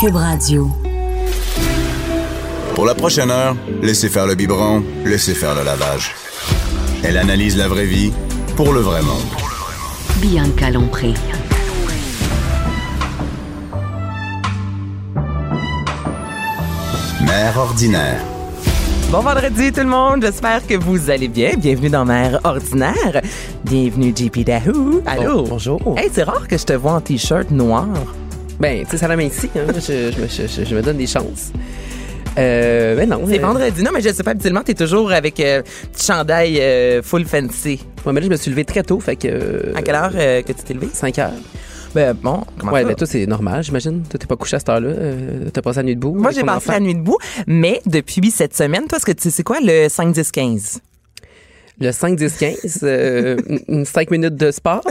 Cube Radio. Pour la prochaine heure, laissez faire le biberon, laissez faire le lavage. Elle analyse la vraie vie pour le vrai monde. Bianca Lompré. Mère ordinaire. Bon vendredi tout le monde, j'espère que vous allez bien. Bienvenue dans Mère Ordinaire. Bienvenue JP Dahoo. Allô. Bon- bonjour. Hey, c'est rare que je te vois en t-shirt noir. Ben, tu sais, ça la ici. Hein. Je, je, me- je- je- je me donne des chances. Euh, ben non. C'est euh, vendredi. Non, mais je sais pas, habituellement, t'es toujours avec euh, petit chandail euh, full fancy. Ouais, mais là, je me suis levé très tôt, fait que. euh, À quelle heure euh, que tu t'es levé? 5 heures. Ben bon, comment ouais, ça? ben toi, c'est normal, j'imagine. Toi, t'es pas couché à cette heure-là. euh, T'as passé la nuit debout. Moi, avec j'ai ton passé enfant. la nuit debout, mais depuis cette semaine, toi, ce que tu sais, c'est quoi le 5, 10, 15? Le 5, 10, 15. euh, une- une 5 minutes de sport.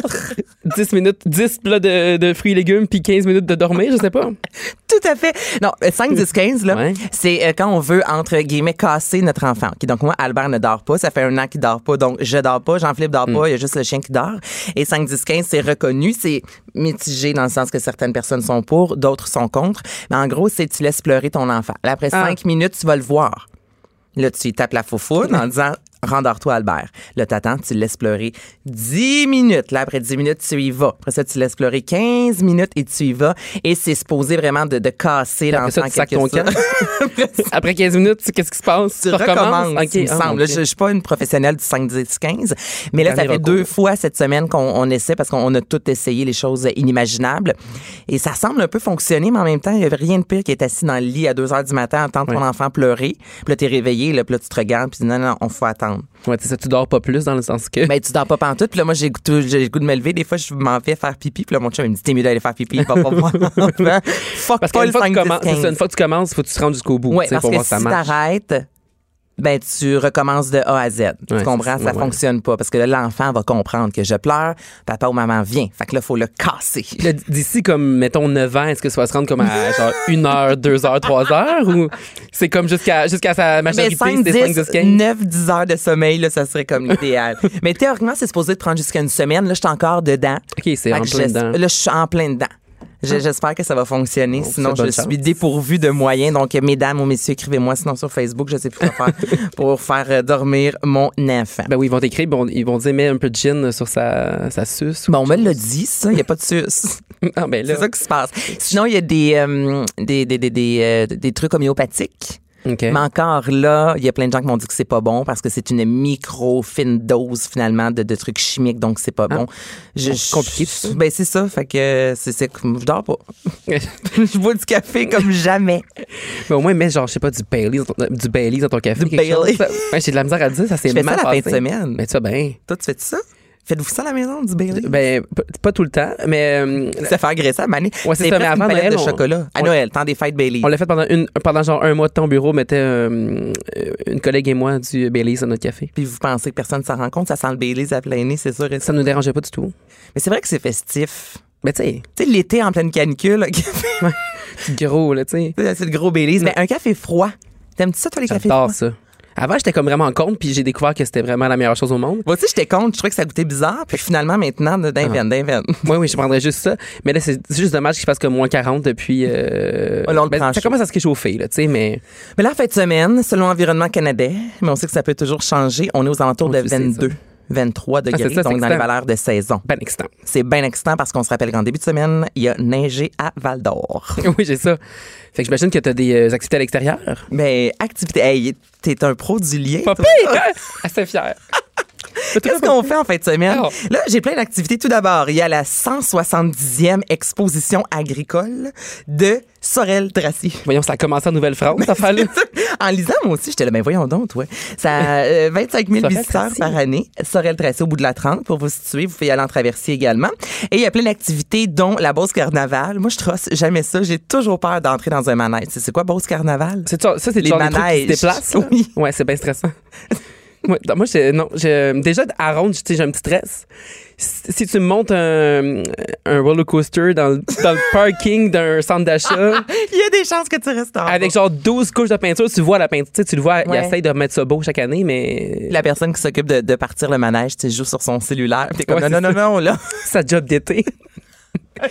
10 minutes, 10 plats de, de fruits et légumes, puis 15 minutes de dormir, je sais pas. Tout à fait. Non, euh, 5, 10, 15, là, Ouais. c'est euh, quand on veut, entre guillemets, casser notre enfant. Qui, donc, moi, Albert ne dort pas. Ça fait un an qu'il dort pas. Donc, je dors pas. Jean-Philippe dort Mm. pas. Il y a juste le chien qui dort. Et 5, 10, 15, c'est reconnu. C'est mitigé dans le sens que certaines personnes sont pour, d'autres sont contre. Mais en gros, c'est tu laisses pleurer ton enfant. Là, après Ah. 5 minutes, tu vas le voir. Là, tu lui tapes la foufoune en disant Rendors-toi, Albert. Là, t'attends, tu le laisses pleurer 10 minutes. Là, après 10 minutes, tu y vas. Après ça, tu laisses pleurer 15 minutes et tu y vas. Et c'est supposé vraiment de, de casser Après ça, l'enfant tu sacs quelque ton sorte. camp. Après 15 minutes, tu- qu'est-ce qui se passe? Tu recommences, il Ah, me semble. Je, je suis pas une professionnelle du 5, 10, 15, mais là, ça Dernier fait recours. deux fois cette semaine qu'on on essaie parce qu'on a tout essayé les choses inimaginables. Et ça semble un peu fonctionner, mais en même temps, il n'y a rien de pire qui est assis dans le lit à 2 heures du matin, entendre ton Ouais. enfant pleurer. Puis là, t'es réveillé, là, puis là, tu te regardes, puis tu dis, non, non, on faut attendre. Ouais, tu sais, tu dors pas plus dans le sens que. Ben, tu dors pas pantoute. Puis là, moi, j'ai le goût, j'ai le goût de me lever. Des fois, je m'en vais faire pipi. Puis là, mon chum, il me dit, t'es mieux d'aller faire pipi. Il va pas voir. Fuck parce pas qu'une le fois, que 5, tu 10, commences- c'est 15. ça, une fois que tu commences, faut que tu te rendes jusqu'au bout. Oui, tu sais, parce pour que voir si ça marche. t'arrêtes, ben tu recommences de A à Z. tu Ouais, comprends? c'est- Ça ouais, ouais. fonctionne pas. Parce que là, l'enfant va comprendre que je pleure, papa ou maman vient. Fait que là, faut le casser. Puis là, D'ici, comme, mettons, 9 ans, est-ce que ça va se rendre comme à genre 1 heure, 2 heures, 3 heures ou c'est comme jusqu'à jusqu'à sa Mais majorité, 5, c'est 5, 10, 10, 15? 9, 10 heures de sommeil, là, ça serait comme l'idéal. Mais théoriquement, c'est supposé te prendre jusqu'à une semaine. Là, je suis encore dedans. OK, c'est Fait en que plein j'es- dedans. Ah. Là, je suis en plein dedans. J'ai- J'espère que ça va fonctionner. Bon, sinon, c'est je bonne chance. suis dépourvue de moyens. Donc, euh, mesdames ou messieurs, écrivez-moi. Sinon, sur Facebook, je sais plus quoi faire pour faire euh, dormir mon enfant. Ben oui, ils vont t'écrire, ils vont- ils vont dire, mets un peu de gin sur sa, sa suce. ou- Bon, on me l'a dit, ça. Il n'y a pas de sus. Ah, ben là. C'est ça qui se passe. Sinon, il y a des, euh, des, des, des, des, euh, des trucs homéopathiques. OK. Mais encore là, il y a plein de gens qui m'ont dit que c'est pas bon parce que c'est une micro fine dose finalement de, de trucs chimiques, donc c'est pas bon. Je- je- Ah. compliqué, tout ça. Ben c'est ça, fait que c'est c'est que je dors pas. je bois du café comme jamais. Mais au moins, mets genre, je sais pas, du Bailey's dans ton, du Bailey's dans ton café. Du quelque chose. Bailey. Ça- Ouais, J'ai de la misère à dire, ça c'est Je fais mal ça la fin passé. de semaine. Mais tu vois, ben. Toi, tu fais ça? Faites-vous ça à la maison du Bailey? Ben, p- pas tout le temps, mais euh, ça fait agresser à Mané. Ouais, c'est ça, mais presque avant une palette Noël, de on- chocolat. À on- Noël, temps des fêtes Bailey. on l'a fait pendant, une, pendant genre un mois de temps au bureau, on mettait euh, euh, une collègue et moi du Bailey's dans notre café. Puis vous pensez que personne s'en rend compte, ça sent le Bailey's à plein nez, c'est sûr. et Ça nous dérangeait pas du tout. Mais c'est vrai que c'est festif. Mais tu sais, Tu sais, l'été en pleine canicule, là, gros, là, tu sais. c'est le gros Baileys. Mais un café froid. T'aimes-tu ça, toi, les cafés froids? J'adore ça. Avant, j'étais comme vraiment contre, puis j'ai découvert que c'était vraiment la meilleure chose au monde. Moi aussi, j'étais contre. Je trouvais que ça goûtait bizarre. Puis finalement, maintenant, d'invente, d'invente. Oui, oui, je prendrais juste ça. Mais là, c'est c'est juste dommage qu'il fasse comme moins 40 depuis. Euh... Oh là, on le ben, prend ça chaud. commence à se réchauffer, là, tu sais, mais. Mais là, en fin de semaine, selon Environnement Canada, mais on sait que ça peut toujours changer, on est aux alentours On de le sait, 22, 23 degrés, c'est donc ça, c'est dans les excitant. valeurs de saison. Ben excitant. C'est bien excitant parce qu'on se rappelle qu'en début de semaine, il y a neigé à Val d'Or. oui, j'ai ça. Fait que j'imagine que t'as des euh, activités à l'extérieur. Mais activité. Hey, t'es un pro du lien. Pas toi. pire! hein? Assez fier. Qu'est-ce qu'on fait en fin de semaine? Alors. Là, j'ai plein d'activités. Tout d'abord, il y a la 170e exposition agricole de Sorel Tracy. Voyons, ça a commencé en Nouvelle-France, cette affaire-là. En lisant, moi aussi, j'étais là, ben voyons donc, ouais. Ça a euh, 25 000 Sorel visiteurs Tracy. par année. Sorel Tracy au bout de la 30, pour vous situer. Vous pouvez y aller en traversier également. Et il y a plein d'activités, dont la Beauce Carnaval. Moi, je trosse jamais ça. J'ai toujours peur d'entrer dans un manège. Tu sais, C'est quoi Beauce Carnaval? C'est ça, ça, c'est Les le genre de trucs qui manèges. se déplacent. là. Oui. Ouais, c'est bien stressant. Moi, non, moi, j'ai- non, j'ai- déjà, à ronde, tu sais, j'ai un petit stress. Si si tu me montes un, un roller coaster dans, le- dans le parking d'un centre d'achat, Il y a des chances que tu restes en avec bas. genre 12 couches de peinture, tu vois la peinture, tu sais, tu le vois, Ouais. il essaye de remettre ça beau chaque année, mais la personne qui s'occupe de, de partir le manège, tu sais, joue sur son cellulaire. T'es comme, Ouais, non, non, non, non, là. sa job d'été. tu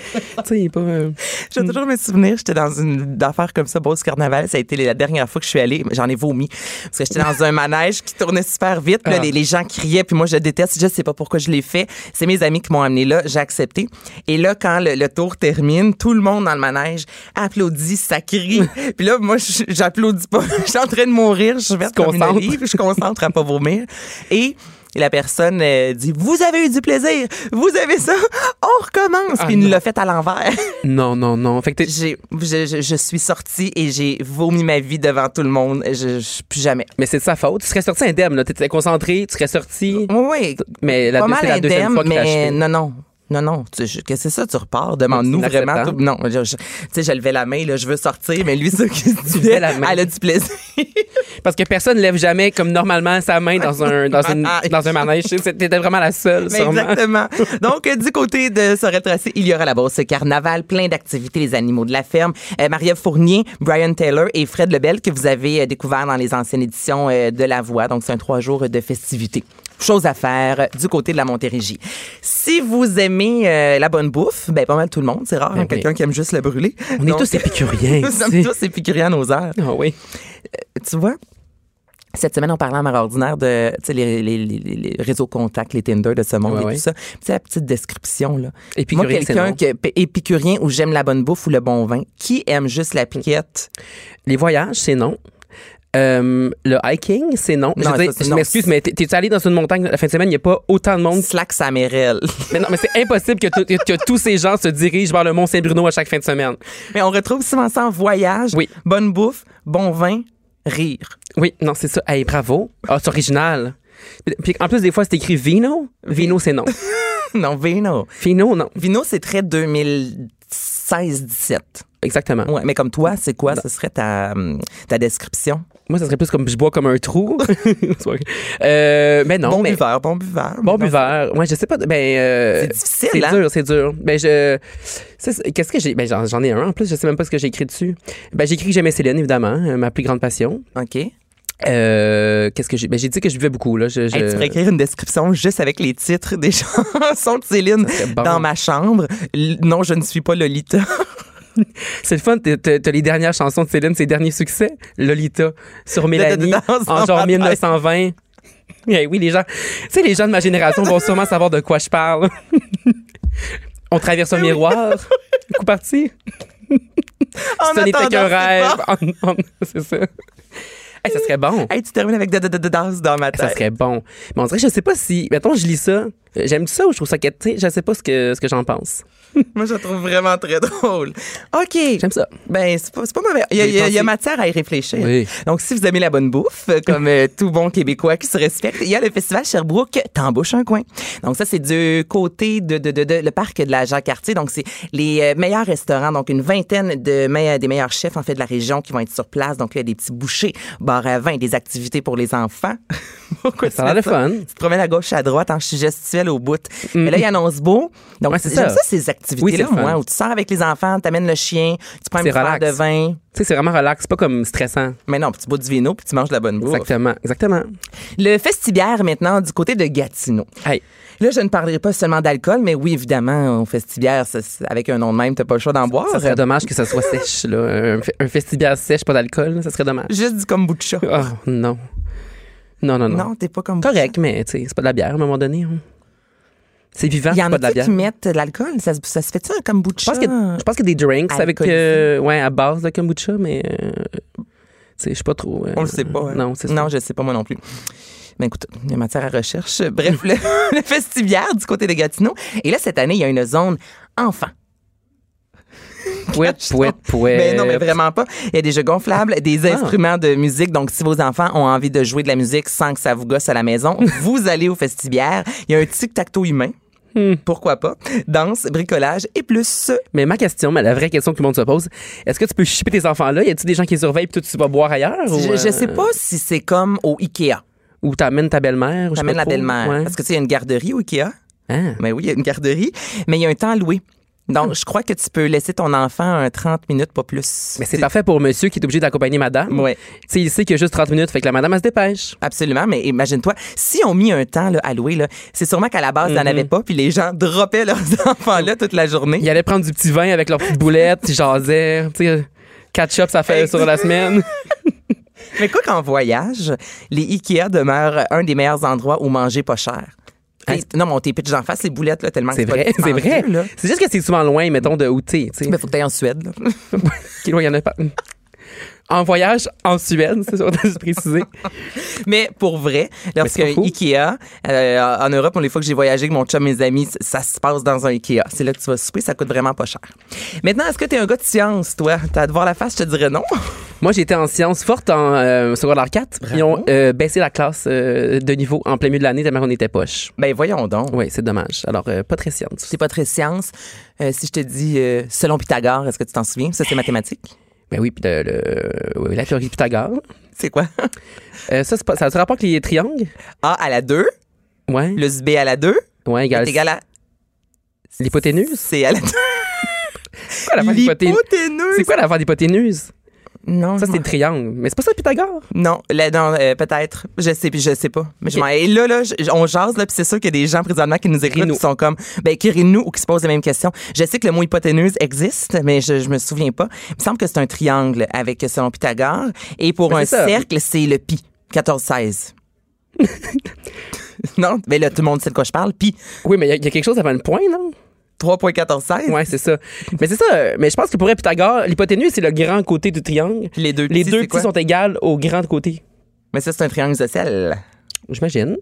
sais, il est pas. euh, Je vais toujours me souvenir, j'étais dans une affaire comme ça, Beauce Carnaval. Ça a été la dernière fois que je suis allée. J'en ai vomi. Parce que j'étais dans un manège qui tournait super vite. puis là, Ah. les, les gens criaient. Puis moi, je déteste. Je sais pas pourquoi je l'ai fait. C'est mes amis qui m'ont amené là. J'ai accepté. Et là, quand le, le tour termine, tout le monde dans le manège applaudit, ça crie. puis là, moi, je- j'applaudis pas. Je suis en train de mourir. Je suis verte te comme une concentres. olive. Je concentre à pas vomir. Et... la personne euh, dit vous avez eu du plaisir, vous avez ça, on recommence. Ah, Puis il nous non. l'a fait à l'envers. Non, non, non. Fait que t'es- J'ai- je, je- je suis sortie et j'ai vomi ma vie devant tout le monde. Je, je- plus jamais. Mais c'est de sa faute. Tu serais sorti indemne, là. T'étais concentré, tu serais sorti. Oui, Mais la, pas c'est mal la deuxième indemne, fois qu'il t'a mais acheté. non, non. Non, non, tu- je- qu'est-ce que c'est ça, tu repars? Demande-nous C'est vraiment. inacceptable. tout- non, je- je- tu sais, je levais la main, là, je veux sortir, mais lui, ça, qui se disait, levais la main. elle a du plaisir. Parce que personne lève jamais, comme normalement, sa main dans un, dans une, dans un manège. Tu sais, T'étais vraiment la seule, Ah, Mais sûrement. exactement. Donc, euh, du côté de Sorel Tracé, il y aura la Bourse Carnaval, plein d'activités, les animaux de la ferme. Euh, Maria Fournier, Brian Taylor et Fred Lebel que vous avez euh, découvert dans les anciennes éditions euh, de La Voix. Donc, c'est un trois jours de festivités. Chose à faire euh, du côté de la Montérégie. Si vous aimez euh, la bonne bouffe, ben pas mal tout le monde, c'est rare, hein, oui. quelqu'un qui aime juste le brûler. On est tous épicuriens, Nous sommes tu sais. tous épicuriens à nos heures Ah oui. tu vois, cette semaine, on parlait à Mère Ordinaire de tu sais, les, les- les- les réseaux contacts, les Tinder de ce monde Ouais, et ouais. tout ça. Puis, Tu sais, la petite description, là. Épicurien, Moi, c'est quelqu'un non. que, p- épicurien ou j'aime la bonne bouffe ou le bon vin, qui aime juste la piquette? Les voyages, c'est non. Euh, le hiking, c'est non. Non, je veux dire, ça, c'est je non. m'excuse, mais t'es- t'es allé dans une montagne la fin de semaine, il n'y a pas autant de monde. Slack Samerel. Mais non, mais c'est impossible que, tout- que tous ces gens se dirigent vers le Mont Saint-Bruno à chaque fin de semaine. Mais on retrouve souvent ça en voyage. Oui. Bonne bouffe, bon vin, rire. Oui, non, c'est ça. Hey, bravo. Ah, c'est original. Puis- Puis en plus, des fois, c'est écrit vino. Vino, c'est non. non, vino. Vino, non. Vino, c'est très 2016-17. Exactement. Ouais, mais comme toi, c'est quoi? Ce serait ta, hum, ta description. Moi, ça serait plus comme je bois comme un trou. euh, mais non, bon mais buveur, bon buveur. bon Mais non, buveur. Ouais, je sais pas. Ben, euh, C'est difficile, C'est hein? dur, c'est dur. Ben, je. c'est- c'est- Qu'est-ce que j'ai. Ben, j'en j'en ai un en plus. Je sais même pas ce que j'ai écrit dessus. Ben, j'ai écrit que j'aimais Céline, évidemment, euh, ma plus grande passion. OK. Euh, Qu'est-ce que j'ai. Ben, j'ai dit que je buvais beaucoup, là. Je, je- Hey, tu pourrais écrire une description juste avec les titres des chansons de Céline serait bon. dans ma chambre. L- non, je ne suis pas Lolita. C'est le fun, t'as- t'as t'as les dernières chansons de Céline, ses derniers succès. Lolita, sur Mélanie, Dans en genre ma tête. 1920. Eh oui, les gens. Tu sais, les gens de ma génération vont sûrement savoir de quoi je parle. On traverse Ah un miroir. Coup parti. En Ce n'était attendant, qu'un c'est rêve. bon. En- en- C'est ça. Eh, ça serait bon. Hey, ben, tu termines avec de, de, de, de danse dans ma Ça tête. serait bon. Mais on dirait, je sais pas si. Mettons, je lis ça. Euh, J'aime ça ou je trouve ça quête? Je sais pas ce que, ce que j'en pense. Moi, je la trouve vraiment très drôle. OK. J'aime ça. Ben, c'est pas, c'est pas mauvais. Il y, a, J'ai il y a- il y a pensé. matière à y réfléchir. Oui. Donc, si vous aimez la bonne bouffe, euh, comme euh, tout bon Québécois qui se respecte, il y a le festival Sherbrooke T'embauches un coin. Donc, ça, c'est du côté de, de, de, de- le parc de la Jacques-Cartier. Donc, c'est les euh, meilleurs restaurants. Donc, une vingtaine de me- des meilleurs chefs, en fait, de la région qui vont être sur place. Donc, là, il y a des petits bouchers, bar à vin, des activités pour les enfants. Pourquoi Ça tu a l'air fais le fun. Mm-hmm. Tu te promènes à gauche, à droite, en gestuelle au bout. Mais là, il annonce beau. Donc, Ouais, c'est c'est ça. ça. ces Oui, c'est activités-là, le fun. moi, où tu sors avec les enfants, t'amènes le chien, tu prends un C'est petit verre de relax. vin. Tu sais, c'est vraiment relax. C'est pas comme stressant. Mais non, puis tu bois du vino puis tu manges de la bonne bouffe. Exactement. Exactement. Le festibiaire maintenant du côté de Gatineau. Hey. Là, je ne parlerai pas seulement d'alcool, mais oui, évidemment, au festibiaire, ça, c'est- avec un nom de même, t'as pas le choix d'en boire. Ça serait dommage que ça soit sèche, là. Un, fe- un festival sèche, pas d'alcool, là, ça serait dommage. Juste du kombucha. Oh, non. Non, non, non. Non, t'es pas comme Correct, mais tu sais, c'est pas de la bière à un moment donné. hein. C'est vivant, Il y c'est en pas de a la qui bière. qui mettent de l'alcool. Ça, se- ça se fait-tu un kombucha? Je pense, que, je pense que des drinks avec. Alcoolisé. euh, ouais, à base de kombucha, mais. euh, tu sais, je suis pas trop. euh, On le sait pas. hein. Non, c'est ça. Non, je le sais pas moi non plus. Mais écoute, il y a matière à recherche. Bref, le, le festiviaire du côté de Gatineau. Et là, cette année, il y a une zone enfant. Pouette, pouette, pouette. Mais Ben non, mais vraiment pas. Il y a des jeux Ah. gonflables, des instruments de musique. Donc, si vos enfants ont envie de jouer de la musique sans que ça vous gosse à la maison, vous allez au festibiaire. Il y a un tic-tac-toe humain. Hmm. Pourquoi pas? Danse, bricolage et plus. Mais ma question, mais la vraie question que tout le monde se pose, est-ce que tu peux chipper tes enfants là? Y a-t-il des gens qui les surveillent puis toi, tu vas boire ailleurs? ou, Je, je euh, sais pas si c'est comme au Ikea. Ou t'amènes ta belle-mère? ou je sais T'amènes pas la trop. belle-mère. Ouais. Parce que tu sais, Ben il y a une garderie au Ikea. Ah. Mais oui, il y a une garderie. Mais il y a un temps loué. Donc, Hmm. je crois que tu peux laisser ton enfant un 30 minutes, pas plus. Mais c'est parfait pour monsieur qui est obligé d'accompagner madame. Ouais. Tu sais, il sait qu'il y a juste 30 minutes, fait que la madame, elle se dépêche. Absolument, mais imagine-toi, si on mis un temps là, à louer, là, c'est sûrement qu'à la base, il n'y en avait pas, puis les gens droppaient leurs enfants là toute la journée. Il allait prendre du petit vin avec leur petite boulette, ils jasaient, tu sais, catch-up, ça fait sur la semaine. Mais quoi qu'en voyage, les IKEA demeurent un des meilleurs endroits où manger pas cher. Hey, non, mais on t'est pitch d'en face, les boulettes, là, tellement que C'est pas vrai, c'est vrai. dispendieux, là. C'est juste que c'est souvent loin, mettons, de où t'es, tu sais. Mais faut que t'ailles en Suède, là. Qui loin, il y en a pas. En voyage en Suède, c'est sûr de se préciser. Mais pour vrai, lorsque c'est pas fou. Ikea, euh, en Europe, les fois que j'ai voyagé avec mon chum, mes amis, ça se passe dans un Ikea. C'est là que tu vas souper, ça coûte vraiment pas cher. Maintenant, est-ce que t'es un gars de science, toi? T'as de voir la face, je te dirais non. Moi, j'étais en sciences fortes en euh, secondaire 4. Ils ont euh, baissé la classe euh, de niveau en plein milieu de l'année tellement qu'on était poche. Ben voyons donc. Oui, c'est dommage. Alors, euh, pas très science. C'est pas très science. Euh, si je te dis euh, selon Pythagore, est-ce que tu t'en souviens? Ça, c'est mathématique. Ben oui, puis le- le- oui, la théorie de Pythagore. C'est quoi? Euh, ça, c'est pas- ça a du rapport avec les triangles? A à la 2, Ouais. plus B à la 2, ouais, est égal. égal à L'hypoténuse? C à la 2. C'est quoi l'affaire d'hypoténuse? C'est quoi l'affaire d'hypoténuse? Non, Ça, c'est le triangle. Mais c'est pas ça, Pythagore? Non, là, non, euh, peut-être. Je sais, puis je sais pas. Mais je m'en- Et là, là, je- on jase, là, puis c'est sûr qu'il y a des gens présentement qui nous écrivent Rient-nous. qui sont comme, ben, qui rient de nous ou qui se posent les mêmes questions. Je sais que le mot hypoténuse existe, mais je, je me souviens pas. Il me semble que c'est un triangle avec euh, selon Pythagore. Et pour Ben, un c'est ça. cercle, c'est le pi. 14-16. non, mais là, tout le monde sait de quoi je parle. Pi. Oui, mais il y a- il y, a quelque chose avant le point, non? 3.14-16. Ouais, c'est ça. Mais c'est ça. euh, Mais je pense que pour vrai, Pythagore, l'hypoténuse, c'est le grand côté du triangle. Puis les deux Les petits, deux c'est quoi? petits sont égales au grand côté. Mais ça, c'est un triangle social. J'imagine.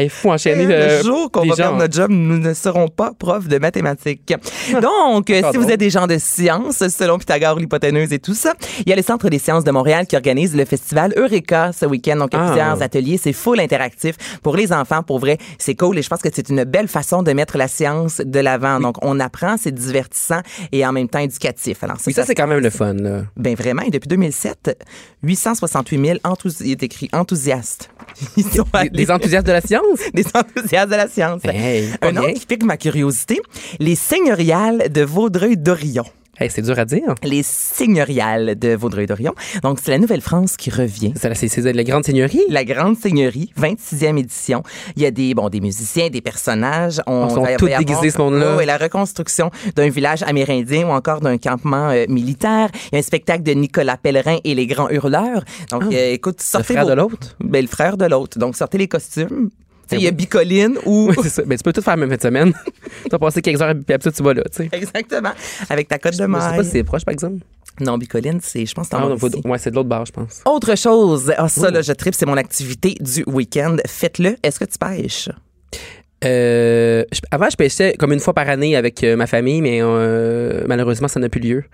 Il faut enchaîner le euh, jour qu'on les va gens. perdre notre job, nous ne serons pas profs de mathématiques. Donc, euh, si Pardon. vous êtes des gens de sciences, selon Pythagore, l'hypoténuse et tout ça, il y a le Centre des sciences de Montréal qui organise le festival Eureka ce week-end. Donc, il y a Ah. plusieurs ateliers. C'est full interactif pour les enfants. Pour vrai, c'est cool et je pense que c'est une belle façon de mettre la science de l'avant. Donc, on apprend, c'est divertissant et en même temps éducatif. Alors, Oui, ça, c'est quand même le fun, là. ben vraiment, et depuis 2007, 868 000 enthousi- il est écrit enthousiastes. Ils sont Des, des allés- enthousiastes de la science? des enthousiastes de la science. Ben, hey, pas un autre bien. qui pique ma curiosité, les seigneuriales de Vaudreuil-Dorion. Hey, c'est dur à dire. Les seigneuriales de Vaudreuil-Dorion. Donc, c'est la Nouvelle-France qui revient. C'est la- C'est c'est les grandes seigneuries. La Grande Seigneurie, 26e édition. Il y a des, bon, des musiciens, des personnages. On Ils sont va- va tous y avoir- déguisés, ce monde-là. Oh, et la reconstruction d'un village amérindien ou encore d'un campement euh, militaire. Il y a un spectacle de Nicolas Pellerin et les Grands Hurleurs. Donc, euh, écoute, sortez Ah, frère vos- de l'autre? Ben, le frère de l'autre. Donc, sortez les costumes. Tu sais, Eh Il y a oui. Bicoline ou... Oui, c'est ça. Mais tu peux tout faire la même fin de semaine. tu vas passer quelques heures, puis après ça, tu vas là, tu sais. Exactement. Avec ta cote de Je sais maille. pas si c'est proche, par exemple. Non, bicoline, c'est, je pense, que Ah, t'en non, vas faut- ici. ouais, c'est de l'autre barre, je pense. Autre chose, ah, ça, là, je tripe, c'est mon activité du week-end. Faites-le. Est-ce que tu pêches? Euh, je- avant, je pêchais comme une fois par année avec euh, ma famille, mais euh, malheureusement, ça n'a plus lieu.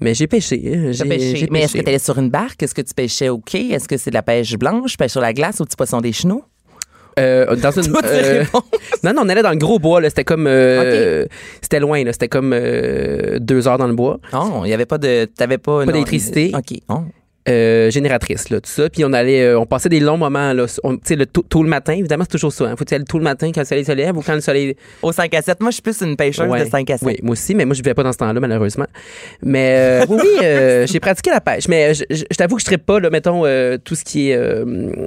Mais j'ai pêché. hein. J'ai j'ai Mais est-ce que pêché. tu allais sur une barque? Est-ce que tu pêchais au quai? Est-ce que c'est de la pêche blanche, pêche sur la glace au petit poisson des chenaux? Euh, dans une Toutes les réponses. non non on allait dans le gros bois là c'était comme euh, c'était loin là c'était comme euh, deux heures dans le bois Non, Oh, il n'y avait pas de. T'avais pas. non, d'électricité. OK. oh. Euh, génératrice là tout ça puis on allait euh, on passait des longs moments là On- tu sais le tôt, tôt le matin évidemment c'est toujours ça hein. faut aller tout le matin quand le soleil se lève ou quand le soleil Au 5 à 7. Moi, je suis plus une pêcheuse Ouais. de 5 à 7. Oui, moi aussi, mais moi, je vivais pas dans ce temps-là, malheureusement. Mais euh, oui, oui, euh, j'ai pratiqué la pêche. Mais je, je- je t'avoue que je ne pas, là, mettons, euh, tout ce qui est euh,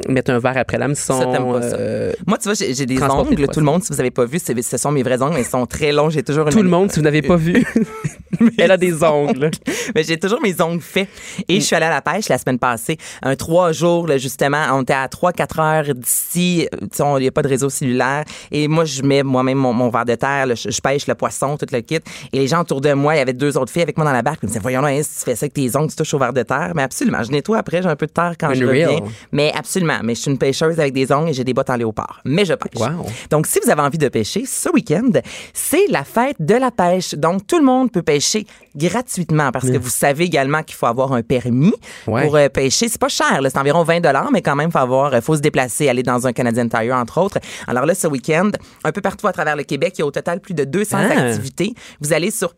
mettre un verre après l'âme sans. euh, Ça, t'aimes pas ça. Moi, tu vois, j'ai j'ai des Transporter ongles. le Tout le monde, si vous avez pas vu, c'est- ce sont mes vrais ongles. mais Ils sont très longs. J'ai toujours une tout le manie- monde, si vous n'avez pas vu, elle a des ongles. Mais j'ai toujours mes ongles faits. Et je suis allée à la pêche la semaine passée. Un trois jours, là, justement. On était à 3-4 heures d'ici. Tu sais, on- Il n'y a pas de réseau cellulaire. Et moi, je mets moi-même mon, mon verre de terre. là. je, je pêche le poisson, tout le kit. Et les gens autour de moi, il y avait deux autres filles avec moi dans la barque. Ils me disaient, voyons là, hein, si tu fais ça avec tes ongles, tu touches au verre de terre. Mais absolument. Je nettoie après. J'ai un peu de terre quand je Unreal. reviens. Mais absolument. Mais je suis une pêcheuse avec des ongles et j'ai des bottes en léopard. Mais je pêche. Wow. Donc, si vous avez envie de pêcher ce week-end, c'est la fête de la pêche. Donc, tout le monde peut pêcher gratuitement parce que vous savez également qu'il faut avoir un permis Ouais. pour euh, pêcher. C'est pas cher, là. c'est environ 20 mais quand même, faut avoir, euh, faut se déplacer, aller dans un Canadian Tire, entre autres. Alors là, ce week-end, un peu partout à travers le Québec, il y a au total plus de 200 Ah. activités. Vous allez sur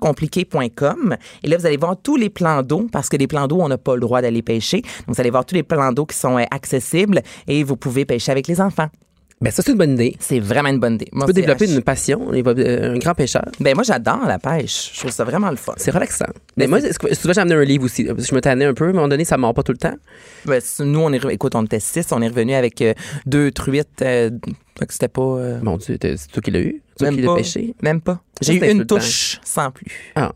pêcherpascompliqué.com et là, vous allez voir tous les plans d'eau parce que les plans d'eau, on n'a pas le droit d'aller pêcher. Donc, vous allez voir tous les plans d'eau qui sont euh, accessibles et vous pouvez pêcher avec les enfants. Ben, ça, c'est une bonne idée. Ah, C'est vraiment une bonne idée. Tu peux développer une passion, on est pas- euh, un grand pêcheur. Ben moi j'adore la pêche. Je trouve ça vraiment le fun. C'est relaxant. Mais moi, c'est- souvent, j'ai amené un livre aussi. Parce que je me tannais un peu, mais à un moment donné, ça ne mord pas tout le temps. Ben, c'est- nous on est re- écoute on était six, on est revenu avec euh, deux truites. euh, fait que c'était pas. euh, Mon Dieu, t'es- c'est toi qui l'as eu. C'est toi même qui pas. l'as pêché. Même pas. Ça, J'ai eu c'est une insultant. touche sans plus. Ah.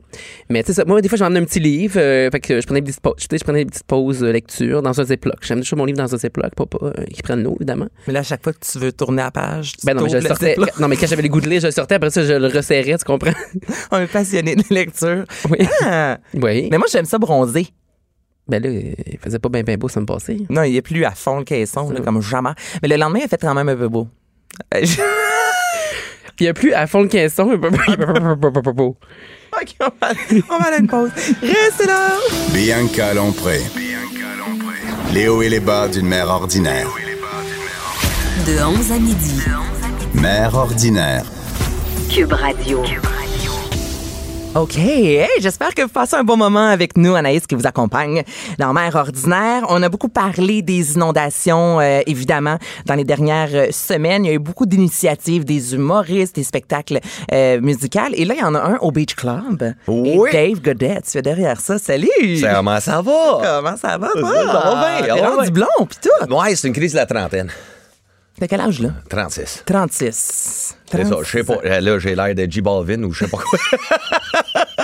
Mais tu sais, ça, moi, des fois, je m'emmenais un petit livre. euh, fait que je prenais des petites pauses, tu sais, je prenais des petites pauses euh, lecture dans un Ziploc. J'aime toujours mon livre dans un Ziploc, pas, pas euh, qui prennent l'eau, évidemment. Mais là à chaque fois que tu veux tourner la page, tu Ben non, mais je tournes le le sortais. Ziploc. Non, mais quand j'avais les goûts de lire, je le sortais. Après ça, je le resserrais, tu comprends? on est passionné de lecture. Oui. Ah! Oui. Mais moi j'aime ça bronzer. Ben là, il faisait pas bien, bien beau, ça me passait. Non, il est plus à fond le caisson, là, comme jamais. Mais le lendemain, il a fait quand même un peu beau. Euh, je- Puis il y a plus à fond le caisson. il y a pas- Ok, on va, on va aller à une pause. Restez là! Bianca Lompré. Les hauts et les bas d'une mère ordinaire. De 11 à midi. Mère ordinaire. Cube Radio. OK, hey, j'espère que vous passez un bon moment avec nous, Anaïs, qui vous accompagne dans Mère Ordinaire. On a beaucoup parlé des inondations, euh, évidemment, dans les dernières euh, semaines. Il y a eu beaucoup d'initiatives, des humoristes, des spectacles euh, musicaux. Et là, il y en a un au Beach Club. Oui. Et Dave Godet, tu es derrière ça. Salut! Comment ça va? Comment ça va, Ça toi? Ah, va bien, Ah, T'es ça va rendu bien. blond, pis tout. Ouais, c'est une crise de la trentaine. T'as quel âge, là? 36. 36. C'est ça, je 36. sais pas. Euh, Là, j'ai l'air de J Balvin ou je sais pas quoi.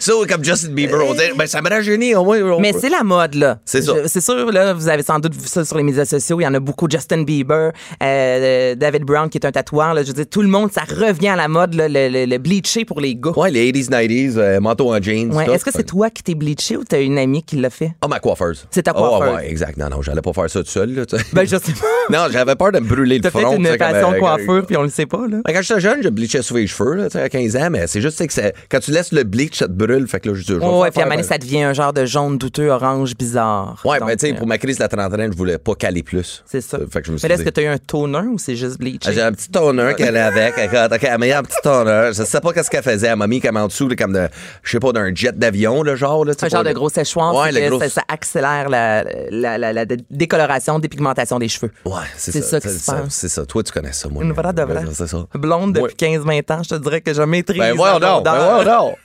ça, ou comme Justin Bieber, on dit, ben, ça me rajeunit au moins. on Mais peut- c'est la mode, là. C'est ça. Je- C'est sûr, là, vous avez sans doute vu ça sur les médias sociaux. Il y en a beaucoup. Justin Bieber, euh, David Brown, qui est un tatoueur. Là, je veux dire, tout le monde, ça revient à la mode, là, le, le- le bleaché pour les gars. Ouais, les 80s, 90s, euh, manteau en jeans. Ouais. tout. Est-ce que c'est toi qui t'es bleaché ou t'as une amie qui l'a fait? Ah, ma coiffeuse. C'est ta Ah, ouais, coiffeuse. ouais, exact. Non, non, j'allais pas faire ça tout seul. Là, tu sais. Ben, je sais pas. non, j'avais peur de me brûler le T'as front. peut-être tu une sais, comme, passion euh, coiffure, puis on le sait pas, là. Ben, quand j'étais jeune, je bleachais souvent les cheveux, là, tu sais, à 15 ans, mais c'est juste tu sais, que c'est- quand tu laisses le bleach, ça te brûle. Fait que là, je dis, je vais Ouais, faire ouais, puis à un faire- moment donné, ça devient un genre de jaune douteux, orange, bizarre. Ouais, Donc, ben, tu sais, euh, pour ma crise de la trentaine, je voulais pas caler plus. C'est ça. Fait que je me suis Mais là, est-ce dit- que t'as eu un toner ou c'est juste Ah, bleaché? J'ai un petit toner qu'elle avait avec. Écoute, OK, elle m'a mis un petit toner. Je sais pas qu'est-ce qu'elle faisait. Elle m'a mis comme en dessous, là, comme de, je sais pas, d'un jet d'avion, le genre. Là, tu sais, Un genre pour- de gros séchoir, Ouais, c'est le que gros- ça, ça accélère la, la, la- la dé- décoloration, dépigmentation des cheveux. Ouais, c'est C'est ça ça. qui C'est se ça, passe. C'est ça. Toi, tu connais ça, moi. Une là. vraie de vraie. C'est ça. Blonde depuis Ouais. 15-20 ans, je te dirais que je maîtrise. Ben, voyons la donc. Ben, rondeur. voyons donc.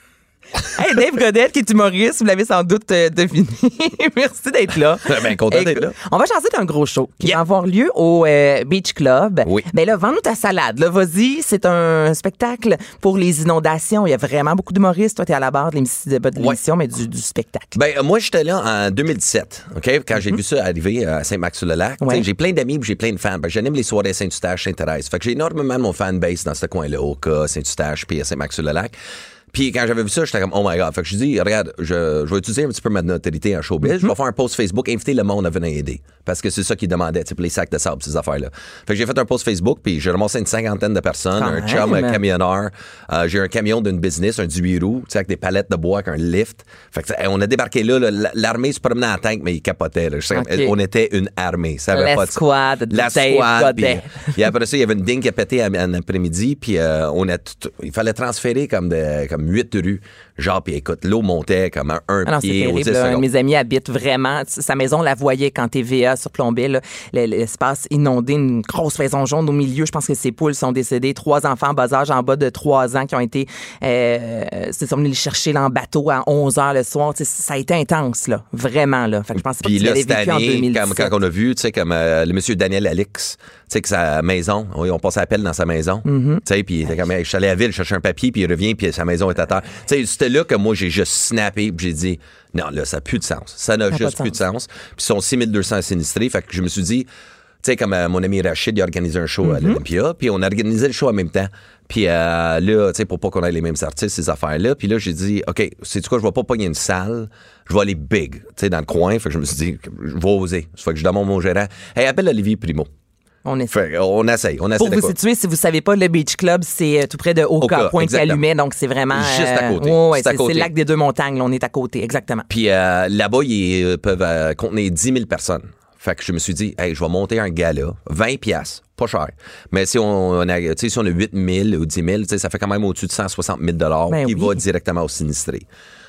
Hey, Dave Godette, qui est humoriste, vous l'avez sans doute euh, deviné. Merci d'être là. Ben, content d'être là. On va chanter d'un gros show qui va avoir lieu au euh, Beach Club. Oui. Ben là, vends-nous ta salade. Là, vas-y, c'est un spectacle pour les inondations. Il y a vraiment beaucoup d'humoristes. Toi, t'es à la barre de l'émission, de- de l'émission, mais du, du spectacle. Ben, euh, moi, j'étais là en 2017, OK? Quand j'ai vu ça arriver euh, à Saint-Max-sur-le-Lac, Mhm. Ouais. tu sais, j'ai plein d'amis puis j'ai plein de fans. Ben, J'anime les soirées à Saint-Eustache, Sainte-Thérèse. Fait que j'ai énormément de mon fanbase dans ce coin-là, Oka, Saint-Eustache, puis à Saint-Max-sur-le-Lac. Puis quand j'avais vu ça, j'étais comme, oh my God. Fait que je dis, regarde, je, je vais utiliser un petit peu ma notoriété en showbiz. Mhm. Je vais faire un post Facebook, inviter le monde à venir aider. Parce que c'est ça qu'ils demandaient, tu sais, pour les sacs de sable, ces affaires-là. Fait que j'ai fait un post Facebook, puis j'ai ramassé une cinquantaine de personnes, Quand un chum, un même. camionneur. Euh, j'ai un camion d'une business, un 18 roues, tu sais, avec des palettes de bois, avec un lift. Fait que, hey, on a débarqué là, là, l- l'armée se promenait en tank, mais ils capotaient. là. Je sais, Ok. comme, On était une armée. Ça avait La Ben, pas de- squad de La Dave squad. puis- Godet. puis après ça, il y avait une dingue qui a pété en en après-midi, puis euh, on a tout- il fallait transférer comme, de, comme 8 rues. Genre, puis écoute, l'eau montait comme un, un Ah non, c'est pied au 10 terrible. là. Un de secondes. mes amis habite vraiment. Sa maison, on la voyait quand TVA surplombait là, l- l'espace inondé, une grosse maison jaune au milieu. Je pense que ses poules sont décédées. Trois enfants en bas âge, en bas de trois ans, qui ont été. Euh, c'est sont venus les chercher là, en bateau à 11 h le soir. Tu sais, ça a été intense, là. Vraiment, là. Fait que je pensais pas Puis que tu là, l'avais cette vécu en année, 2017. comme, quand on a vu, tu sais, comme euh, le monsieur Daniel Alix, tu sais, que sa maison, oui, on passe à appel dans sa maison, Mm-hmm. tu sais, puis il était comme, Hey, je suis allé à la ville chercher un papier, puis il revient, puis sa maison est à terre. Tu sais, c'était là que moi, j'ai juste snappé, puis j'ai dit, non, là, ça n'a plus de sens. Ça n'a pas juste de plus de sens. Puis ils sont 6200 sinistrés, fait que je me suis dit, tu sais, comme euh, mon ami Rachid, il a organisé un show à Mhm. l'Olympia, puis on a organisé le show en même temps. Puis euh, là, tu sais, pour pas qu'on ait les mêmes artistes, ces affaires-là. Puis là, j'ai dit, OK, c'est quoi, je vais pas pogner une salle, je vais aller big, tu sais, dans le coin. Fait que je me suis dit, je vais oser. Fait que je demande à mon gérant, hey, appelle Olivier Primo. On essaie. Fait que, on essaye, on essaye. Pour de vous quoi. situer, si vous savez pas, le Beach Club, c'est euh, tout près de Oka, Oka, Pointe-Calumet. exactement. Donc, c'est vraiment. Juste à euh, côté. ouais, ouais, Juste à c'est c'est côté. le lac des deux montagnes. là. on est à côté, exactement. Puis euh, là-bas, ils euh, peuvent euh, contenir 10 000 personnes. Fait que je me suis dit, hey, je vais monter un gala, 20 piastres, pas cher. Mais si on, on a, tu sais, si on a 8 000 ou 10 000, tu sais, ça fait quand même au-dessus de 160 000 Ben qui oui. va directement aux sinistrés.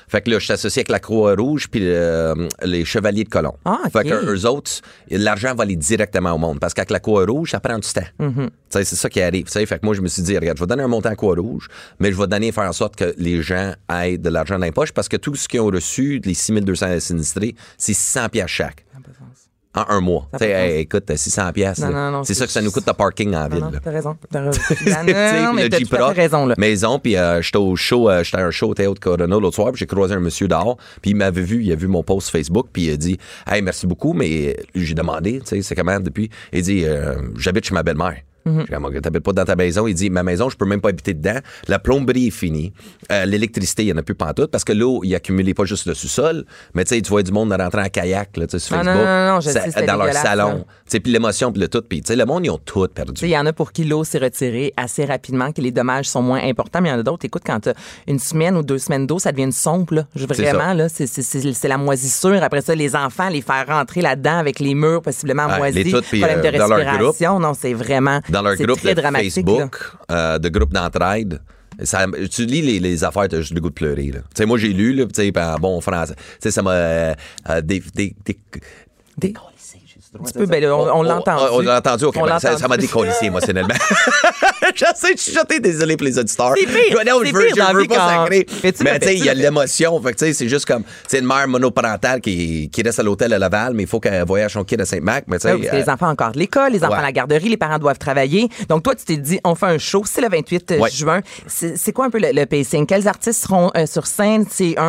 Fait que là, je suis associé avec la Croix-Rouge puis euh, les Chevaliers de Colomb. Ah, ok. Fait que eux autres, l'argent va aller directement au monde. Parce qu'avec la Croix-Rouge, ça prend du temps. Mhm. Tu sais, C'est ça qui arrive. tu sais. Fait que moi, je me suis dit, regarde, je vais donner un montant à Croix-Rouge, mais je vais donner faire en sorte que les gens aient de l'argent dans les poches parce que tout ce qu'ils ont reçu, les 6200 sinistrés, c'est 600 pièces chaque. En un mois. Tu sais, hey, écoute, 600 pièces. Non, non, non, C'est c'est ça que ça nous coûte de parking en ville. Non, là. t'as raison. T'as raison. Tu sais, non, non, puis mais le t'as tout à Jeep-Rock, fait raison, là. Maison, puis euh, j'étais au show, euh, j'étais à un show au Théâtre Corona l'autre soir, puis j'ai croisé un monsieur dehors, puis il m'avait vu, il a vu mon post Facebook, puis il a dit Hey, merci beaucoup, mais euh, j'ai demandé, tu sais, c'est comment depuis Il dit Euh, J'habite chez ma belle-mère. Mm-hmm. J'ai dit, Ah, mon, T'habites pas dans ta maison. Il dit, ma maison, je peux même pas habiter dedans. La plomberie est finie. Euh, L'électricité, il y en a plus pantoute parce que l'eau, il accumulait pas juste le sous-sol, mais tu sais, tu vois du monde rentrer en kayak, là, tu sais, sur Ah, non, Facebook. non, non, je sais, c'était dans leur dégueulasse, là. salon. Tu sais, puis l'émotion, puis le tout. Puis, tu sais, le monde, ils ont tout Tu sais, perdu. Il y en a pour qui l'eau s'est retirée assez rapidement, que les dommages sont moins importants, mais il y en a d'autres. Écoute, quand t'as une semaine ou deux semaines d'eau, ça devient une sombre. Là. Je- C'est ça. Vraiment, là, c'est- c'est c'est- c'est la moisissure. Après ça, les enfants, les faire rentrer là-dedans avec les murs possiblement Ouais, moisis, les toutes, puis, problème euh, de dans leur groupe. respiration. Non, c'est vraiment dans leur c'est groupe très de dramatique, là. Facebook, euh, de groupe d'entraide. Ça- tu lis les, les affaires, t'as juste le goût de pleurer. Là. Tu sais, moi, j'ai lu, là, tu sais, en bon français. Tu sais, ça m'a. euh, euh, des, des, des- Des- un petit peu, ben, on- on l'a entendu. On, l'a entendu, ok. On ben, l'a ça, ça m'a entendu. décollissé émotionnellement. je sais, je suis jeté, désolé pour les auditeurs. C'est pire, Je, non, c'est je veux, pire dans je la veux vie pas quand- sacrer. Mais tu Mais le tu sais, fais, il tu y a le l'émotion. Fait que tu sais, c'est juste comme. C'est une mère monoparentale qui, qui reste à l'hôtel à Laval, mais il faut qu'elle voyage son kid à Saint-Marc. Mais tu sais. Ah Oui, parce que euh, les enfants encore de l'école, les enfants ouais. à la garderie, les parents doivent travailler. Donc, toi, tu t'es dit, on fait un show, c'est le 28 Ouais. juin. C'est c'est quoi un peu le, le pacing? Quels artistes seront euh, sur scène? C'est un,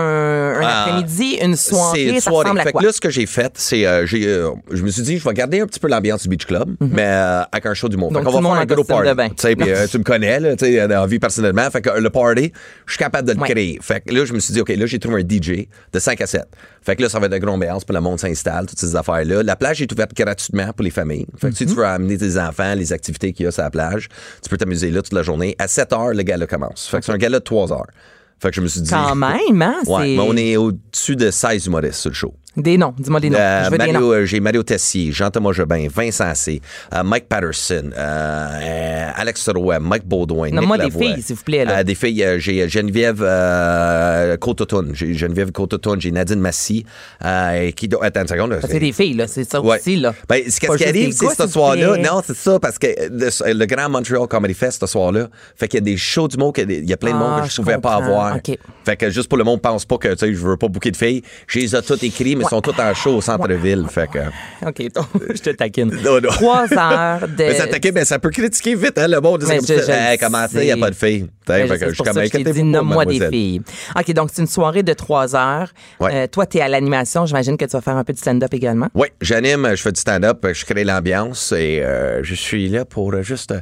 un Ah, après-midi, une soirée, C'est une ça soirée. ressemble à Fait que quoi? là, ce que j'ai fait, c'est euh, j'ai, euh, je me suis dit, je vais garder un petit peu l'ambiance du Beach Club, mais euh, avec un show du monde. Mhm. Donc, on tout le va monde faire en un gros costume de party. bain. Tu sais, puis, euh, tu me connais, là, tu sais, dans la vie personnellement. Fait que euh, le party, je suis capable de le Ouais. créer. Fait que là, je me suis dit, OK, là, j'ai trouvé un DJ de 5 à 7. Fait que là, ça va être de grande ambiance, puis le monde s'installe, toutes ces affaires-là. La plage est ouverte gratuitement pour les familles. Fait que si Mhm. tu veux amener tes enfants, les activités qu'il y a sur la plage, tu peux t'amuser là toute la journée. À 7 heures, le gala commence. Fait que c'est un gala de 3 heures. Fait que je me suis dit. Quand même, hein? Ouais, C'est- mais on est au-dessus de 16 humoristes sur le show. Des noms, dis-moi des noms. Euh, Je veux des Mario, noms. euh, J'ai Mario Tessier, Jean-Thomas Jobin, Vincent C, euh, Mike Patterson, euh, euh, Alex Roy, Mike Baudouin, Nomme-moi Nick des Lavoie. filles, s'il vous plaît, là. Euh, des filles, euh, j'ai Geneviève euh, Côte-Automne, j'ai Geneviève Côte-Automne, j'ai Nadine Massy. euh, et qui do- Attends une seconde. là, Parce que c'est- des filles, là, Oh, c'est ça Ouais. aussi, là. Ben, c'est- Pas qu'est-ce qui juste arrive, des c'est gars, s'il ce vous soir-là. plaît. Non, c'est ça, parce que le, le grand Montreal Comedy Fest ce soir-là, fait qu'il y a des shows du monde, que- il y a plein de monde Ah, que je, je pouvais pas comprends. avoir. OK. Fait que juste pour le monde, pense pas que, tu sais, je veux pas bouquer de filles. Je les ai toutes écrites, mais ils sont toutes en show au centre-ville. Fait que. OK, donc, je te taquine. Non, non. Trois heures de... Mais ça, t'inquiète, mais ça peut critiquer vite, hein, le monde. C'est Mais comme je- ça, je le Hey, comment ça, il n'y a sais. pas de filles. T'sais, Ben, je sais, fait que je c'est suis pour comme, ça que je t'ai inquiétez-vous dit, pas, nomme-moi des mademoiselle. filles. OK, donc c'est une soirée de trois heures. Ouais. Euh, toi, t'es à l'animation. J'imagine que tu vas faire un peu de stand-up également. Oui, j'anime, je fais du stand-up, je crée l'ambiance et euh, je suis là pour euh, juste. euh,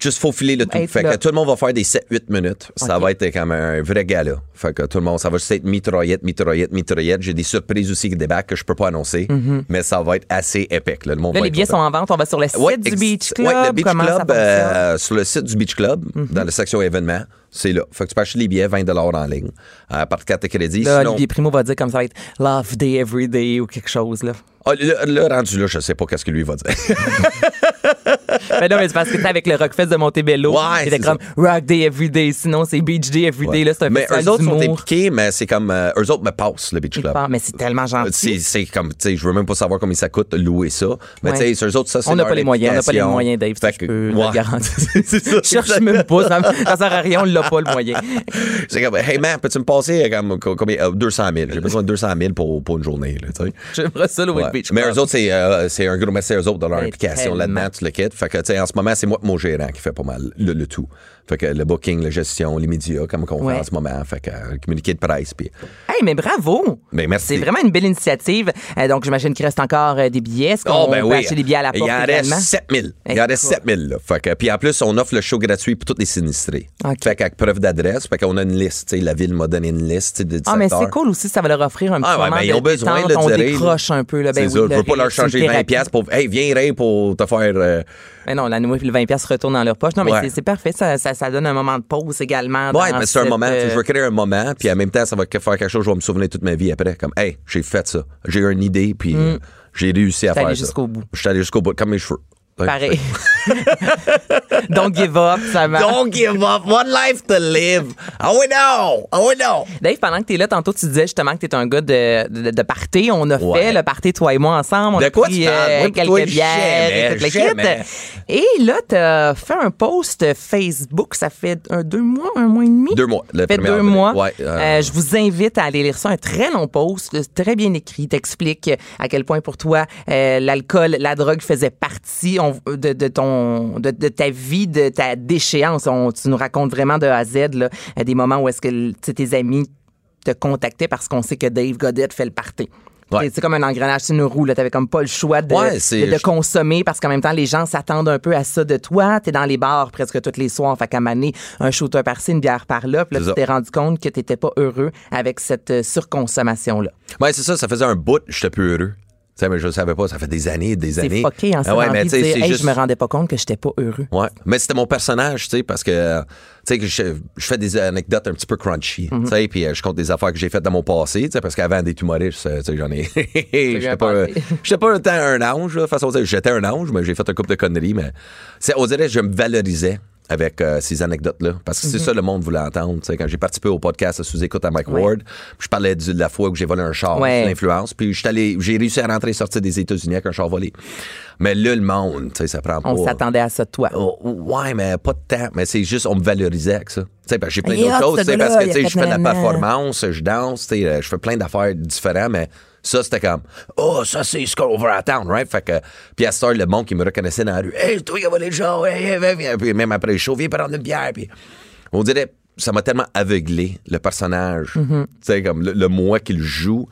Juste faufiler le tout. Être fait là. que tout le monde va faire des 7-8 minutes. Ça Ok. va être comme un vrai gala. Fait que tout le monde, ça va juste être mitraillette, mitraillette, mitraillette. J'ai des surprises aussi qui débarquent que je peux pas annoncer, mais ça va être assez épique. Là, le monde Mhm. Là, va les être billets content. sont en vente. On va sur le site Ouais, du ex- Beach Club. ouais, le Beach Comment ça Club, fonctionne? Mhm. euh, sur le site du Beach Club, dans la section événements, c'est là. Faut que tu peux acheter les billets 20 en ligne euh, par carte de crédit. Là, Sinon- Olivier Primo va dire comme ça va être Love Day Every Day ou quelque chose. Là. Ah, le, le rendu là, je sais pas qu'est-ce que lui va dire. mais non, mais c'est parce que t'es avec le Rockfest de Montebello. Ouais, C'était c'est comme Rock Day Every Day. Sinon, c'est Beach Day Every Day. Là, c'est un mais festival eux autres sont d'humour. impliqués, mais c'est comme euh, eux autres me passent le Beach Ils Club. parlent, Mais c'est Euh, tellement gentil. C'est, c'est comme, tu sais, je veux même pas savoir combien ça coûte louer ça. Mais Ouais. tu sais, eux autres, ça, c'est On n'a leur pas les moyens, on n'a pas les implication. moyens, Dave, ça, Fait je que- peux le ouais. garantir. c'est ça. Je cherche même pas, ça, ça sert à rien, on l'a pas le moyen. C'est comme, hey man, peux-tu me passer euh, comme, co- combien, euh, 200 000. J'ai besoin de 200 000 pour, pour une journée, là, tu sais. J'aimerais ça, le Ouais. Beach Mais Club. eux autres, c'est, euh, c'est un gros merci à eux autres de leur Ben, implication tellement. là-dedans, tu le quittes. Fait que, tu sais, en ce moment, c'est moi mon gérant qui fait pas mal le, le tout. Fait que le booking, la gestion, les médias, comme qu'on Ouais. fait en ce moment. Fait que, euh, communiqué de presse. Puis, Hey, mais bravo! Ben, merci. C'est vraiment une belle initiative. Euh, donc, j'imagine qu'il reste encore euh, des billets. Ah, Est-ce qu'on peut acheter des billets à la porte ben Il en également? oh. reste 7000. Il en Écoute. reste 7000. Là. Fait que, puis en plus, on offre le show gratuit pour tous les sinistrés. Ok. Fait qu'avec preuve d'adresse, fait qu'on a une liste. tu sais, La ville m'a donné une liste tu sais, de 10 Ah, mais c'est cool aussi, ça va leur offrir un petit Ah ouais, moment mais de ils ont besoin de détente, le on dire. décroche un peu. Là, ben c'est oui, ça, le je veux pas rire, leur c'est une changer 20 thérapie. pièces pour hey, viens Ray pour te faire euh, Mais non, la nouvelle, le 20 pièces retourne dans leur poche. Non, mais Ouais. c'est- c'est parfait, ça, ça, ça donne un moment de pause également. Ouais, dans mais c'est un cette, moment, tu sais, euh, je veux créer un moment puis en même temps ça va que- faire quelque chose je vais me souvenir toute ma vie après comme hey, j'ai fait ça. J'ai eu une idée puis euh, j'ai réussi à T'es faire Hmm. allé ça. jusqu'au bout. Je suis allé jusqu'au bout comme mes cheveux. Pareil. Don't give up, ça marche. Don't give up. One life to live. Ah oui, non. Ah oui, non. Dave, pendant que t'es là, tantôt, tu disais justement que t'es un gars de, de, de party. On a Ouais. fait le party, toi et moi, ensemble. On De a quoi pris, euh, tu parles? Moi, quelques toi, bières et tout le jamais, kit. Et là, t'as fait un post Facebook. Ça fait un, deux mois, un mois et demi? Deux mois, le Ça fait premier deux avril. mois. Ouais, euh, Euh, je vous invite à aller lire ça. Un très long post, très bien écrit. T'explique euh, à quel point pour toi, euh, l'alcool, la drogue faisait partie on- de, de ton, de, de ta vie, de ta déchéance. On- tu nous racontes vraiment de A à Z là, euh, des moments où est-ce que tu sais, tes amis te contactaient parce qu'on sait que Dave Godet fait le party. Ouais. C'est- C'est comme un engrenage, c'est une roue. Tu n'avais comme pas le choix de, Ouais, c'est- de- de je- consommer parce qu'en même temps, les gens s'attendent un peu à ça de toi. Tu es dans les bars presque tous les soirs. Fait qu'à maner, un shooter par-ci, une bière par-là. Puis là, C'est tu ça. t'es rendu compte que tu n'étais pas heureux avec cette euh, surconsommation-là. Ouais, c'est ça, ça faisait un bout, j'étais plus heureux. Tu sais, mais je le savais pas, ça fait des années, des C'est années. fucké hein, en ce Ah ouais, moment. mais puis tu sais, dire, c'est Hey, juste- Je me rendais pas compte que j'étais pas heureux. Ouais, mais c'était mon personnage, tu sais, parce que, tu sais, que je, je fais des anecdotes un petit peu crunchy, Mhm. tu sais, puis euh, je compte des affaires que j'ai faites dans mon passé, tu sais, parce qu'avant d'être humoriste, euh, tu sais, j'en ai. un J'étais pas, un- passé. j'étais pas un temps un ange, là, façon de dire. J'étais un ange, mais j'ai fait un couple de conneries, mais, tu sais, on dirait que je me valorisais avec euh, ces anecdotes-là, parce que c'est Mhm. ça le monde voulait entendre, tu sais, quand j'ai participé au podcast Sous-écoute à Mike Ouais. Ward, je parlais du- de la fois où j'ai volé un char, Ouais. sur l'influence, puis j'étais allé- j'ai réussi à rentrer et sortir des États-Unis avec un char volé. Mais là, le monde, tu sais, ça prend pas... On s'attendait à ça de toi. Oh, ouais, mais pas de temps. Mais c'est juste, on me valorisait avec ça. Tu sais, parce que j'ai plein Il est d'autres hot, choses. ce tu sais, gars-là, Parce que il a tu sais, fait je fais de la nanana. performance, je danse, tu sais, euh, je fais plein d'affaires différentes, mais ça, c'était comme, oh, ça, c'est ce qu'on va attendre, right? Fait que, puis à cette heure, le monde qui me reconnaissait dans la rue, hey, toi qui as volé le genre, hey, hey, viens, viens. Puis même après le show, viens prendre une bière. Puis on dirait, ça m'a tellement aveuglé, le personnage. Mm-hmm. Tu sais, comme le, le moi qu'il joue.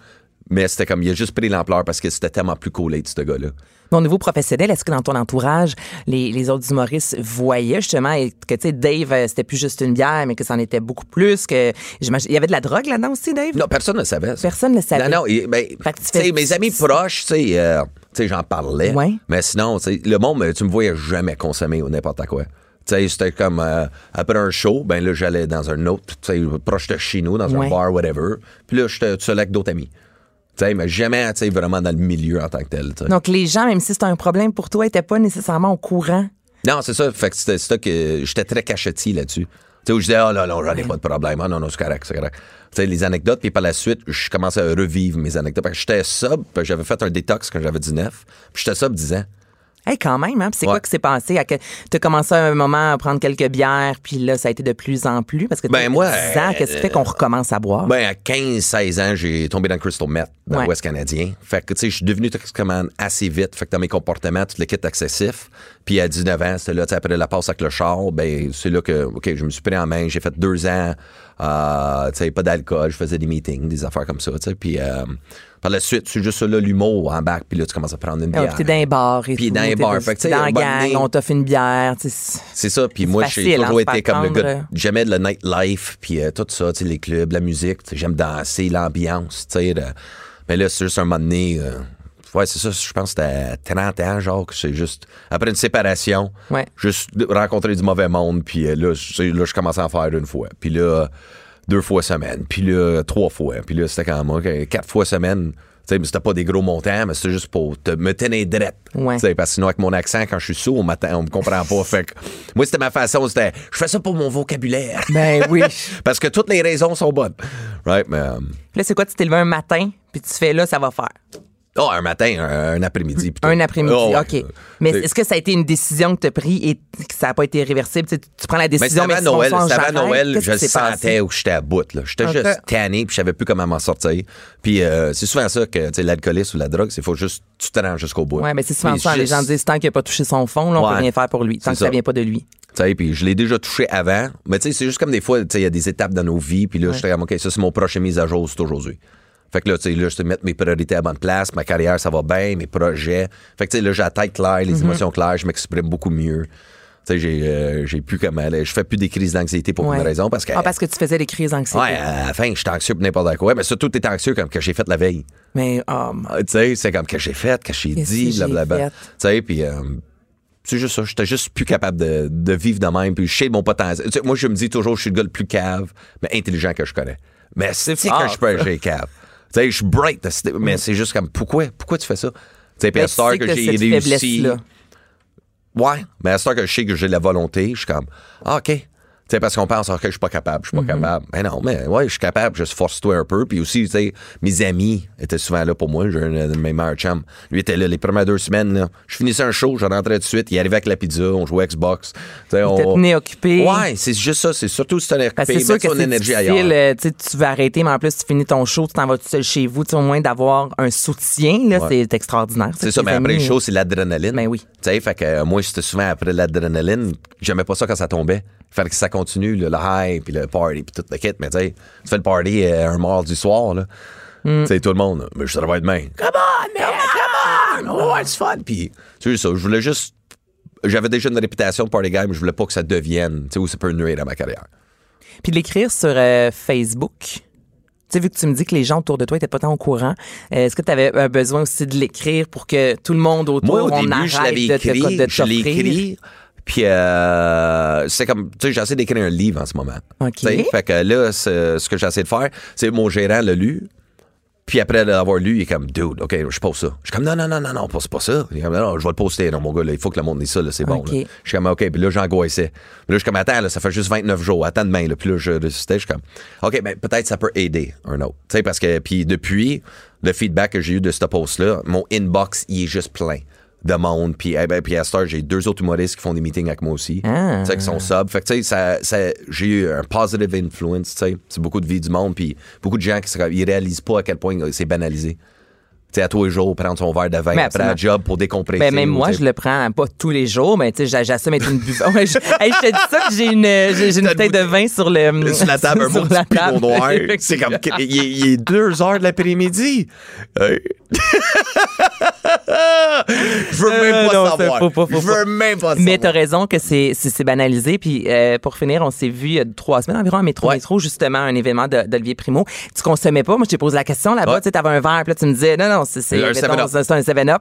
Mais c'était comme, il a juste pris l'ampleur parce que c'était tellement plus cool d'être ce gars-là. Mais au niveau professionnel, est-ce que dans ton entourage, les, les autres humoristes voyaient justement et que, tu sais, Dave, euh, c'était plus juste une bière, mais que c'en était beaucoup plus, que j'imagine- il y avait de la drogue là-dedans aussi, Dave? Non, personne ne savait. ça. Personne ne le savait. Non, non. et, ben, Fait que tu tu sais, fais- mes amis proches, tu sais, euh, tu sais, j'en parlais. Ouais. Mais sinon, tu sais, le monde, euh, tu me voyais jamais consommer ou n'importe quoi. Tu sais, c'était comme euh, après un show, ben là, j'allais dans un autre, tu sais, proche de chez nous, dans Ouais. un bar, whatever. Puis là, j'étais tout seul avec d'autres amis. Tu sais, mais jamais, tu sais, vraiment dans le milieu en tant que tel. tu sais. Donc, les gens, même si c'était un problème pour toi, étaient pas nécessairement au courant. Non, c'est ça. Fait que c'était c'est ça que j'étais très cachetier là-dessus. Tu sais, où je disais, oh là, non, j'en ai pas de problème. Ah non, non, c'est correct, c'est correct. Tu sais, les anecdotes, puis par la suite, je commençais à revivre mes anecdotes. Parce que j'étais sub, puis j'avais fait un détox quand j'avais 19, puis j'étais sub 10 ans. Hey, quand même, hein? Puis c'est quoi Ouais. qui s'est passé? À que... T'as commencé à un moment à prendre quelques bières, puis là, ça a été de plus en plus. Parce que t'as Ben, moi, 10 ans, qu'est-ce qui fait qu'on recommence à boire? Ben, à 15, 16 ans, j'ai tombé dans le Crystal Meth, dans Ouais. l'Ouest canadien. Fait que, tu sais, je suis devenu toxicomane assez vite. Fait que dans mes comportements, tout le kit excessif. Puis à 19 ans, c'était là, tu sais, après la passe avec le char, ben, c'est là que, OK, je me suis pris en main. J'ai fait deux ans, euh, tu sais, pas d'alcool. Je faisais des meetings, des affaires comme ça, tu sais. Puis, euh, par la suite, c'est juste ça, là, l'humour en bac. Puis là, tu commences à prendre une Ah, bière. puis t'es dans les bars et Puis tout, dans les t'es bars. Fait que, tu sais, dans la un bon gang, nez. on t'offre une bière. tu sais. C'est ça, puis moi, j'ai facile, hein, toujours se faire été comme le prendre, gars. euh. de- J'aimais de la nightlife, puis euh, tout ça, tu sais, les clubs, la musique, tu sais, j'aime danser, l'ambiance, tu sais. de- Mais là, c'est juste un moment donné. euh, Ouais, c'est ça, je pense que c'était à 30 ans, genre, que c'est juste. Après une séparation, Ouais. juste de- rencontrer du mauvais monde, puis euh, là, je- là, je commençais à en faire une fois. Puis là, deux fois semaine, puis là, trois fois, puis là, c'était quand même, OK, quatre fois semaine. Tu sais, mais c'était pas des gros montants, mais c'était juste pour te, me tenir drette. Ouais. Tu sais, parce que sinon, avec mon accent, quand je suis sourd, on, m'attend- on me comprend pas. Fait que moi, c'était ma façon, c'était je fais ça pour mon vocabulaire. Ben oui. parce que toutes les raisons sont bonnes. Right? Mais, euh, Puis là, c'est quoi? Tu t'es levé un matin, puis tu fais là, ça va faire. oh, un matin, un, un après-midi. plutôt. Un après-midi, Oh, ouais. OK. Mais C'est- est-ce que ça a été une décision que tu as prise et que ça n'a pas été réversible? Tu, sais, tu prends la Mais décision, c'était mais, Ben, c'est avant bon Noël, soir, c'était avant j'arrête. Noël, Qu'est-ce je le qui s'est passé? sentais où j'étais à bout. là. J'étais Ok. juste tanné, puis je savais plus comment m'en sortir. Puis euh, c'est souvent ça que tu sais, l'alcoolisme ou la drogue, c'est faut juste tu te rends jusqu'au bout. Ouais, mais c'est souvent Puis ça. Les juste- gens disent tant qu'il n'a pas touché son fond, là, on Ouais. peut rien faire pour lui, tant C'est que ça ça. vient pas de lui. Tu sais, puis je l'ai déjà touché avant. Mais tu sais, c'est juste comme des fois, tu sais, il y a des étapes dans nos vies. Puis là, je suis comme, OK, ça, c'est mon prochain mise à jour, c'est aujourd'hui. Fait que là, tu sais, là, je te mets mes priorités à bonne place. Ma carrière, ça va bien, mes projets. Fait que tu sais, là, j'ai la tête claire, les Mhm. émotions claires, je m'exprime beaucoup mieux. Tu sais, j'ai euh, j'ai plus comme. aller- Je fais plus des crises d'anxiété pour Ouais. une raison parce que. Ah, parce que tu faisais des crises d'anxiété. Ouais, à la fin, je suis anxieux pour n'importe quoi. Mais surtout, t'es anxieux comme que j'ai fait la veille. Mais, oh, mon- Ah, Tu sais, c'est comme que j'ai fait, que j'ai Qu'est-ce dit, que j'ai blablabla. fait? Tu sais, puis euh, c'est juste ça. J'étais juste plus capable de, de vivre de même. Puis je sais mon potentiel. Tu sais, moi, je me dis toujours, je suis le gars le plus cave, mais intelligent que je connais. Mais c'est fort, que je peux, j'ai cave. Tu sais, je suis bright, mais c'est juste comme, pourquoi, pourquoi tu fais ça? Tu sais, puis Mais à tu Star sais que que j'ai cette réussi. faiblesse-là. Ouais, mais à ce temps que je sais que j'ai la volonté, je suis comme, ah, OK. Tu sais, parce qu'on pense, ah, OK, je suis pas capable, je suis pas Mhm. capable. Mais non, mais ouais, je suis capable, je force-toi un peu. Puis aussi, tu sais, mes amis étaient souvent là pour moi. J'ai un de mes meilleurs chums. Lui était là les premières deux semaines. là. Je finissais un show, je rentrais de suite, il arrivait avec la pizza, on jouait à Xbox. Tu sais, on... te tenait occupé. Oh. Ouais, c'est juste ça, c'est surtout si t'en es Parce que occupé, c'est sûr mettre que son c'est énergie difficile, ailleurs. euh, tu sais, tu veux arrêter, mais en plus, tu finis ton show, tu t'en vas tout seul chez vous, tu sais, au moins d'avoir un soutien, là, c'est extraordinaire. C'est ça, mais après le show, c'est l'adrénaline. Ben oui. Tu sais, fait que euh, moi, c'était souvent après l'adrénaline, j'aimais pas ça quand ça tombait. Fait que ça continue, le, le high, puis le party, puis tout le kit. Mais tu sais, tu fais le party euh, un mardi soir, là. Tu sais, tout le monde, mais je travaille demain. Hmm. Come on, man, come on! On va avoir du fun! Puis, tu sais, ça, je voulais juste. J'avais déjà une réputation de party guy, mais je voulais pas que ça devienne, tu sais, où ça peut nuire à ma carrière. Puis de l'écrire sur euh, Facebook. Tu sais, vu que tu me dis que les gens autour de toi étaient pas tant au courant, euh, est-ce que tu avais un besoin aussi de l'écrire pour que tout le monde autour, Moi, au on début, arrête je l'avais de te- écrit, de je l'ai t'offrir? écrit. Puis, euh, c'est comme, tu sais, j'essaie d'écrire un livre en ce moment. OK. Tu sais, Fait que là, ce, ce que j'essaie de faire, c'est mon gérant l'a lu. Puis après l'avoir lu, il est comme, dude, OK, je pose ça. Je suis comme, non, non, non, non, non, pose pas ça. Il est comme, non, non, je vais le poster, non, mon gars, là, il faut que le monde ait ça, là, c'est bon. OK. là. Je suis comme, OK, puis là, j'angoissais. Puis là, je suis comme, attends, là, ça fait juste 29 jours, attends demain, là. Puis là, je ressuscitais, je suis comme, OK, ben, peut-être ça peut aider un autre. Tu sais, parce que, puis depuis, le feedback que j'ai eu de ce post-là, mon inbox, il est juste plein de monde. Puis, eh ben, puis à cette heure, j'ai deux autres humoristes qui font des meetings avec moi aussi, Ah. tu sais, qui sont sub. Fait que, tu sais, ça, ça- j'ai eu un positive influence, tu sais. C'est beaucoup de vie du monde, puis beaucoup de gens qui se- ils réalisent pas à quel point euh, c'est banalisé. Tu sais, à tous les jours, prendre son verre de vin Mais après un absolument. job pour décompresser. Ben, même ou, moi, tu sais, je le prends pas tous les jours, mais tu sais, j'a- j'assume être une buveuse. Ouais, je, Hey, je te dis ça que j'ai une, j'ai j'ai une T'as une bouteille de vin sur le. sur la table, un sur mot la du pinot table. noir. C'est comme, il est, il est deux heures de l'après-midi. Hey. je veux même pas Euh, non, ça, savoir. faut pas, faut je veux même pas Mais t'as savoir. raison que c'est c'est c'est banalisé. Puis euh, pour finir, on s'est vu il y a trois semaines environ à Métro Ouais. Métro, justement, à un événement de- d'Olivier Primo. Tu consommais pas. Moi, je t'ai posé la question là-bas. Ouais. Tu sais, t'avais un verre, puis là, tu me disais, non, non, c'est c'est- Un mettons, 7-Up. c'est un 7-Up.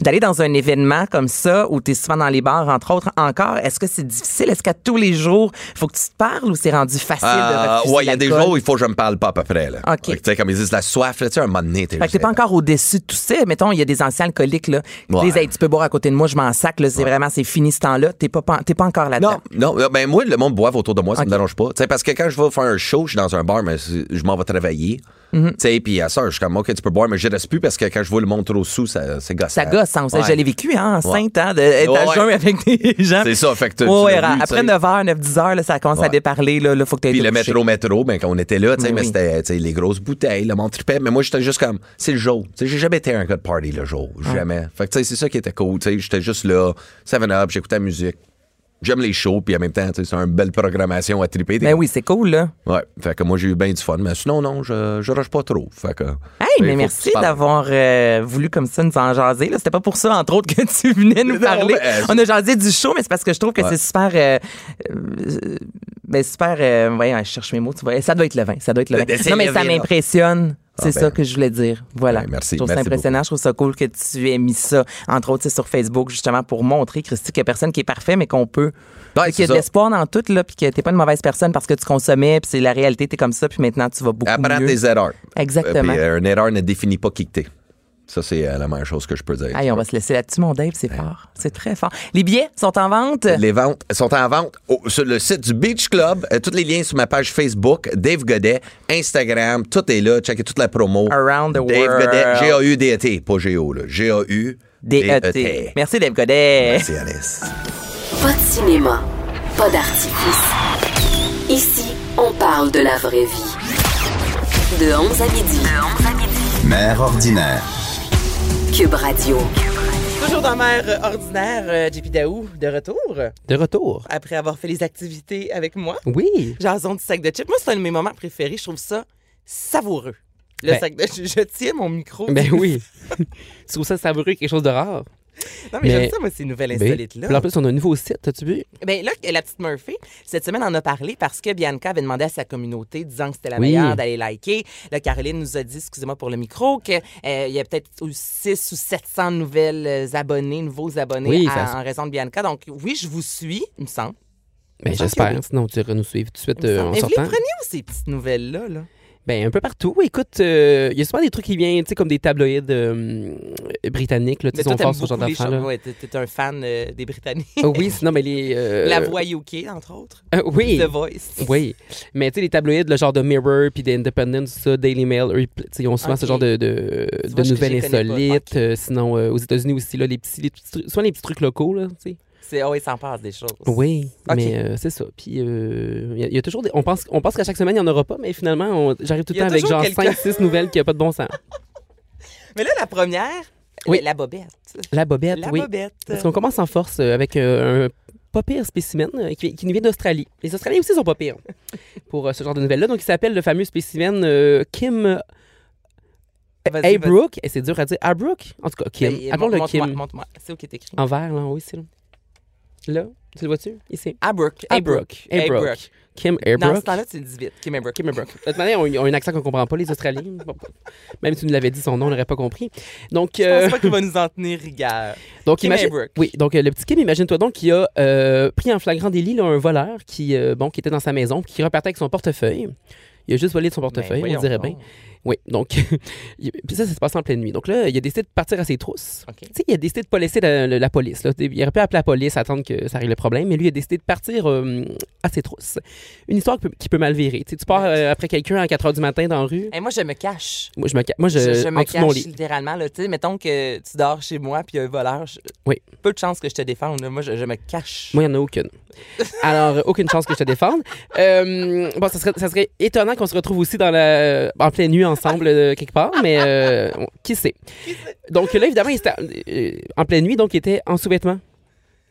D'aller dans un événement comme ça, où t'es souvent dans les bars, entre autres, encore, est-ce que c'est difficile? Est-ce qu'à tous les jours, faut que tu te parles ou c'est rendu facile de Euh, refuser ouais, il y a des l'alcool? jours où il faut que je me parle pas à peu près. Là. OK. Fait que, Tu sais, comme ils disent, la soif, là, tu sais, un moment donné, t'es Fait que juste- t'es pas encore au-dessus de tout ça. Mettons, il y a des anciens alcooliques, là. qui Ouais. disent, Hey, tu peux boire à côté de moi, je m'en sac, là. C'est vraiment, c'est fini ce temps-là. T'es pas, t'es pas encore là-dedans. Non, non, non, ben moi, le monde boive autour de moi, ça me dérange pas. Tu sais, parce que quand je vais faire un show, je suis dans un bar, mais c'est- je m'en vais travailler. Mm-hmm. Tu sais, puis à ça, je suis comme, OK, tu peux boire, mais je reste plus parce que quand je vois le monde trop sous, ça, c'est gossant. Ça gosse, hein, on sait, Ouais. je l'ai vécu hein, enceinte, hein, de être à Ouais. jeun avec des gens. C'est ça, fait que tu- tu Ouais, ouais, l'as vu, Après tu sais. 9h, 9-10h, là, ça commence à Ouais. déparler. Là, là, faut que t'aies Puis été le couché. métro, métro, ben, quand on était là, tu sais, Oui, mais oui. c'était, tu sais, les grosses bouteilles, le monde tripait. Mais moi, j'étais juste comme, c'est le jour. Tu sais, j'ai jamais été à un gars de party le jour. Ah. Jamais. Fait que, tu sais, c'est ça qui était cool. Tu sais, j'étais juste là, 7-up, j'écoutais la musique. J'aime les shows, puis en même temps, tu sais, c'est une belle programmation à triper. T'es Ben comme- oui, c'est cool, là. Ouais. Fait que moi, j'ai eu bien du fun. Mais sinon, non, je, je rush pas trop. Fait que. Hey, il mais faut que merci tu parles. d'avoir euh, voulu comme ça nous en jaser. là. C'était pas pour ça, entre autres, que tu venais nous Non, parler. mais, euh, On a jasé du show, mais c'est parce que je trouve que c'est super. euh, euh, ben, super. euh, voyons, je cherche mes mots, tu vois. Ça doit être le vin. Ça doit être le vin. Ben, c'est Non, mais le ça vin, là. m'impressionne. C'est ben. ça que je voulais dire. Voilà. Ben, merci, Je trouve ça merci impressionnant. Je trouve ça cool que tu aies mis ça, entre autres, c'est sur Facebook, justement, pour montrer, Christy, qu'il n'y a personne qui est parfait, mais qu'on peut. Qu'il y Ouais, c'est a de ça. l'espoir dans tout, là, puis que t'es pas une mauvaise personne parce que tu consommais, puis c'est la réalité, t'es comme ça, puis maintenant tu vas beaucoup Apprends mieux. tes erreurs. Exactement. Euh, puis, euh, une erreur ne définit pas qui que t'es. Ça, c'est euh, la meilleure chose que je peux dire. Aïe, on va se laisser là-dessus, mon Dave, c'est fort. C'est très fort. Les billets sont en vente. Les ventes sont en vente au- sur le site du Beach Club. Euh, tous les liens sur ma page Facebook, Dave Godet, Instagram, tout est là. Checkez toute la promo. Around the Dave world. Godet, G-A-U-D-E-T, E pas G-O, là. DET. G-A-U-D-E-T. E Merci, Dave Godet. E Merci, Alice. Pas de cinéma, pas d'artifice. Ici, on parle de la vraie vie. De 11 à midi. De 11 à midi. Mère ordinaire. Cube Radio. Toujours dans Mère ordinaire, euh, JP Daou, de retour, De retour. après avoir fait les activités avec moi. Oui. Jason du sac de chips. Moi, c'est un de mes moments préférés. Je trouve ça savoureux. Le Ben- sac de chips. Je tiens mon micro. Ben oui. tu trouves ça savoureux, quelque chose de rare? Non, mais, j'aime mais- ça, moi, ces nouvelles Ben, insolites-là. puis en plus, on a un nouveau site, t'as-tu vu? Ben là, la petite Murphy, cette semaine, en a parlé parce que Bianca avait demandé à sa communauté, disant que c'était la Oui. meilleure, d'aller liker. Là, Caroline nous a dit, excusez-moi pour le micro, qu'il y a peut-être 6 ou 700 nouvelles euh, abonnés, nouveaux abonnés Oui, à- ça se- en raison de Bianca. Donc, oui, je vous suis, il me semble. Mais semble que j'espère. oui. Sinon, tu iras nous suivre tout de suite Il me euh, semble. en Mais vous les sortant. prenez où, ces petites nouvelles-là? Là? Ben, un peu partout. Écoute, euh, il y a souvent des trucs qui viennent, tu sais, comme des tabloïdes euh, britanniques, là, tu Mais sais, ils toi, t'aimes sont forts sur ce beaucoup genre les d'affaires. choses. là. Ouais, t'es- t'es un fan euh, des Britanniques. Ah oui, sinon, mais les. euh, La voix UK, entre autres. euh, oui. The Voice. Oui, mais tu sais, les tabloïds, le genre de Mirror, puis d'Independent, ça, Daily Mail, eux, ils pla- tu sais, ils ont souvent Ok. ce genre de, de, Tu de vois, je- nouvelles j'y connais pas. insolites. Ok. euh, sinon, euh, aux États-Unis aussi, là, les petits, les petits trucs- souvent les petits trucs locaux, là, tu sais. C'est, oh, il s'en passe des choses. Oui, Ok. mais euh, c'est ça. Puis euh, il y, a- il y a toujours des. On pense, on pense qu'à chaque semaine, il n'y en aura pas, mais finalement, on- j'arrive tout Il le y a temps avec toujours genre quelqu'un. 5-6 nouvelles qui n'ont pas de bon sens. Mais là, la première, euh, Oui. la bobette. La bobette, La oui. bobette. Parce qu'on commence en force euh, avec euh, un pas pire spécimen euh, qui, qui nous vient d'Australie. Les Australiens aussi sont pas pires pour euh, ce genre de nouvelles-là. Donc, il s'appelle le fameux spécimen euh, Kim Vas-y, vas-y. Abrook. Et eh, c'est dur à dire. Abrook? En tout cas, Kim. Mais, euh, Appelons-le montre-moi, Kim. montre-moi. C'est où qui est écrit? En vert, là, oui, c'est là. Là, tu le vois-tu? Ici. Abrook. Abrook. Abrook. Kim Dans ce Abrook. temps-là, tu le dis vite. Kim Abrook. Kim Abrook. De toute manière, on- ils ont un accent qu'on comprend pas, les Australiens. Bon, Même si tu nous l'avais dit, son nom, on n'aurait pas compris. Donc, Je euh, pense pas qu'il va nous en tenir rigueur. donc Kim imagine, Abrook. oui, donc euh, le petit Kim, imagine-toi donc qu'il a euh, pris en flagrant délit là, un voleur qui, euh, bon, qui était dans sa maison, puis qui repartait avec son portefeuille. Il a juste volé de son portefeuille, Ben, on dirait bien. voyons donc. Oui, donc, il- puis ça, ça se passe en pleine nuit. Donc là, il a décidé de partir à ses trousses. OK. Tu sais, il a décidé de pas laisser la, la- la police. Là. Il aurait pu appeler la police, attendre que ça règle le problème, mais lui, il a décidé de partir euh, à ses trousses. Une histoire qui peut, qui peut mal virer. Tu sais, tu pars euh, après quelqu'un à 4 h du matin dans la rue. Hey, moi, je me cache. Moi, je me, ca- moi, je, Je, je me Euh, en dessous de mon cache lit. littéralement. là. Tu sais, mettons que tu dors chez moi puis il y a un voleur. je- Oui. Peu de chance que je te défende. là. Moi, je, je me cache. Moi, il n'y en a aucune. Alors, euh, aucune chance que je te défende. Euh, bon, ça serait, ça serait étonnant qu'on se retrouve aussi dans la, en pleine nuit ensemble euh, quelque part, mais euh, bon, qui sait. Donc là, évidemment, il était euh, en pleine nuit, donc il était en sous-vêtements,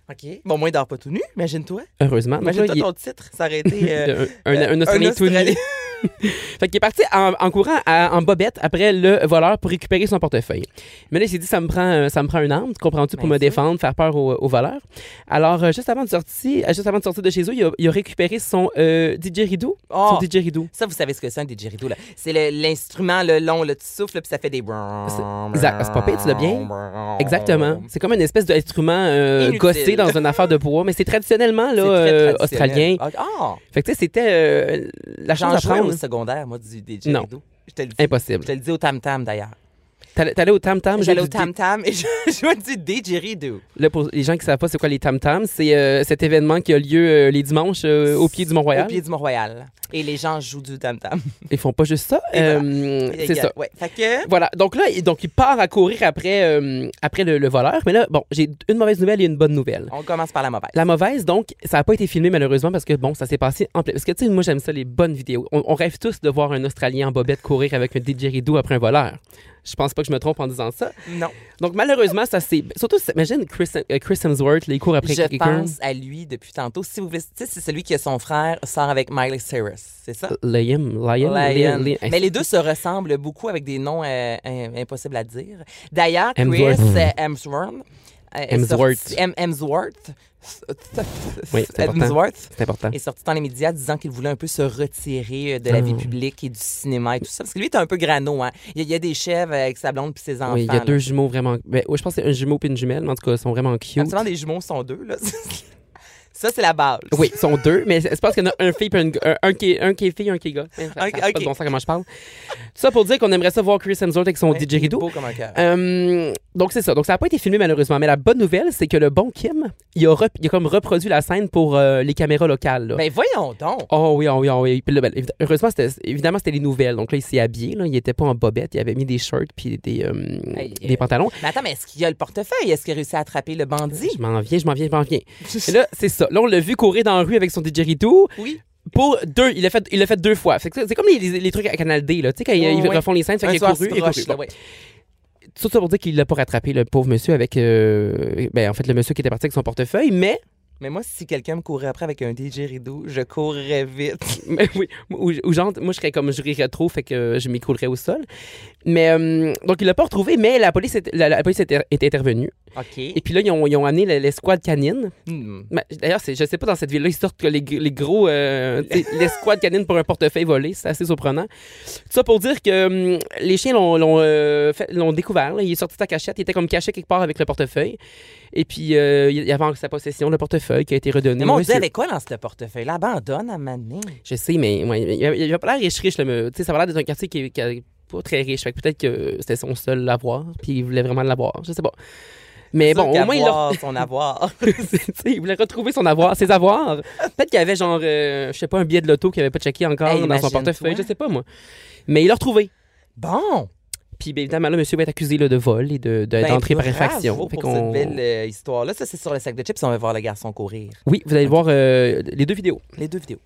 OK. Bon, moi, il dort pas tout nu. Imagine-toi. heureusement. Donc, là, Imagine-toi il- ton titre. Ça aurait été. euh, Euh, un, un, un un Australien tout nu. Australien. fait qu'il est parti en, en courant à- en bobette après le voleur pour récupérer son portefeuille. Mais là, il s'est dit, ça me prend, euh, ça me prend une arme, tu comprends-tu, pour Bien me sûr. défendre, faire peur au, au voleur. Alors, euh, juste, avant de sortir, euh, juste avant de sortir de chez eux, il a, il a récupéré son euh, didgeridoo. Oh. Son didgeridoo. Ça, vous savez ce que c'est un didgeridoo, là. C'est le- l'instrument, le long, là, tu souffles, puis ça fait des... Exact. C'est pas pire, tu l'as bien. Exactement. C'est comme une espèce d'instrument euh, Oh! Inutile. gossé dans une affaire de bois, mais c'est traditionnellement là, C'est très euh, traditionnel. australien. Ah, Ah! Fait que tu sais, c'était euh, la chose J'en à jouais prendre. au secondaire, moi, du didgeridoo. Je te le dis. Impossible. Je te le dis au tam-tam, d'ailleurs. T'allais t'allais au tam-tam. J'allais jouer au Ah, du tam-tam et je jouais du didgeridoo. Là, pour les gens qui ne savent pas c'est quoi les Tam Tam, c'est euh, cet événement qui a lieu euh, les dimanches euh, au pied du Mont-Royal. Au pied du Mont-Royal. Et les gens jouent du Eh ben, tam-tam. Ils font pas juste ça. Et euh, Et c'est gars, ça. Ouais. Fait que... Voilà. Donc là, il- donc il part à courir après, euh, après le, le voleur. Mais là, bon, j'ai une mauvaise nouvelle et une bonne nouvelle. On commence par la mauvaise. La mauvaise, donc, ça n'a pas été filmé malheureusement parce que, bon, ça s'est passé en plein. Parce que, tu sais, moi, j'aime ça, les bonnes vidéos. On, on rêve tous de voir un Australien en bobette courir avec un didgeridoo après un voleur. Je pense pas que je me trompe en disant ça. Non. Donc, malheureusement, ça s'est. Surtout, imagine Chris, euh, Chris Hemsworth, les cours après Je quelqu'un. pense à lui depuis tantôt. Si vous voulez, tu sais, c'est celui qui a son frère sort avec Miley Cyrus, c'est ça? Euh, Liam, Lion. Liam, Liam, Liam. Mais les deux se ressemblent beaucoup avec des noms euh, im- impossibles à dire. D'ailleurs, Chris euh, Hemsworth. Hemsworth. euh, est Hemsworth. sorti- Hem- Hemsworth. Oui, c'est important. Hemsworth C'est important. est sorti dans les médias disant qu'il voulait un peu se retirer euh, de la vie Hmm. publique et du cinéma et tout ça. Parce que lui, est un peu grano. Hein. Il, y a- il y a des chèvres avec sa blonde puis ses enfants. Oui, il y a là. deux jumeaux vraiment. Ben, ouais, je pense que c'est un jumeau puis une jumelle, mais en tout cas, ils sont vraiment cute. Absolument, les jumeaux sont deux. Là. ça, c'est la base. Oui, ils sont deux, mais c'est c'est parce qu'il y en a un fille puis un, un, un qui est, un qui est fille, un qui est gars. Ça- ça- Ok, ça a pas ok. de bon sens comment je parle. Ça pour dire qu'on aimerait ça voir Chris Hemsworth avec son Ouais, il est didgeridoo. beau comme un cœur. Euh, donc c'est ça. Donc ça n'a pas été filmé malheureusement, mais la bonne nouvelle c'est que le bon Kim, il a, rep- il a comme reproduit la scène pour euh, les caméras locales. là. Ben voyons donc. Oh oui, oh oui, oh oui. Puis là, ben, évi- heureusement, c'était, évidemment, c'était les nouvelles. Donc là, il s'est habillé. Là. Il était pas en bobette. Il avait mis des shirts puis des, euh, Hey, des euh, pantalons. Mais attends, mais est-ce qu'il y a le portefeuille? Est-ce qu'il a réussi à attraper le bandit? Je m'en viens, je m'en viens, je m'en viens. Et là, c'est ça. Là, on l'a vu courir dans la rue avec son didgeridoo. Oui. Pour deux, il l'a fait, il l'a fait deux fois. Fait que ça, C'est comme les, les- les trucs à Canal D, là. Tu sais, quand ils- Ouais, ils ouais. refont les scènes, fait Un qu'il a soir couru, sur il a couru. roche, Bon. là, ouais. Tout ça pour dire qu'il l'a pas rattrapé, le pauvre monsieur, avec, euh, ben, en fait, le monsieur qui était parti avec son portefeuille, mais, Mais moi, si quelqu'un me courait après avec un didgeridoo, je courrais vite. mais oui, ou, ou genre, moi, je serais comme, je rirais trop, fait que je m'écroulerais au sol. Mais, euh, donc, il l'a pas retrouvé, mais la police, est, la, la police est, est intervenue. OK. Et puis là, ils ont, ils ont amené le- l'escouade canine. hmm. Mais D'ailleurs, c'est- je sais pas, dans cette ville-là, ils sortent que les, gr- les gros. euh, tu sais, l'escouade canine pour un portefeuille volé. C'est assez surprenant. Tout ça pour dire que hum, les chiens l'ont l'ont, euh, fait- l'ont découvert. là. Il est sorti de sa cachette. Il était comme caché quelque part avec le portefeuille. Et puis, euh, il y avait en sa possession le portefeuille qui a été redonné. Mais mon au Dieu, monsieur. elle est quoi dans ce portefeuille-là? Abandonne à Mané. Je sais, mais ouais, il a- il a pas l'air riche-riche. là, mais, tu sais, Ça va l'air d'être un quartier qui est, qui est pas très riche. Fait que peut-être que c'était son seul avoir, puis il voulait vraiment l'avoir. Je sais pas. Mais bon, au moins, il l'a- son avoir. Tu sais, il voulait retrouver son avoir, ses avoirs. Peut-être qu'il y avait genre, euh, je sais pas, un billet de loto qu'il avait pas checké encore Hey, dans son imagine-toi. portefeuille, je sais pas moi. Mais il l'a retrouvé. Bon. Puis ben, évidemment, là, monsieur va être accusé là, de vol et de, de- Ben, Euh, d'entrée par bravo infraction. pour Fait cette qu'on- belle euh, histoire-là. Ça, c'est sur le sac de chips. On va voir le garçon courir. Oui, vous allez voir euh, les deux vidéos. Les deux vidéos.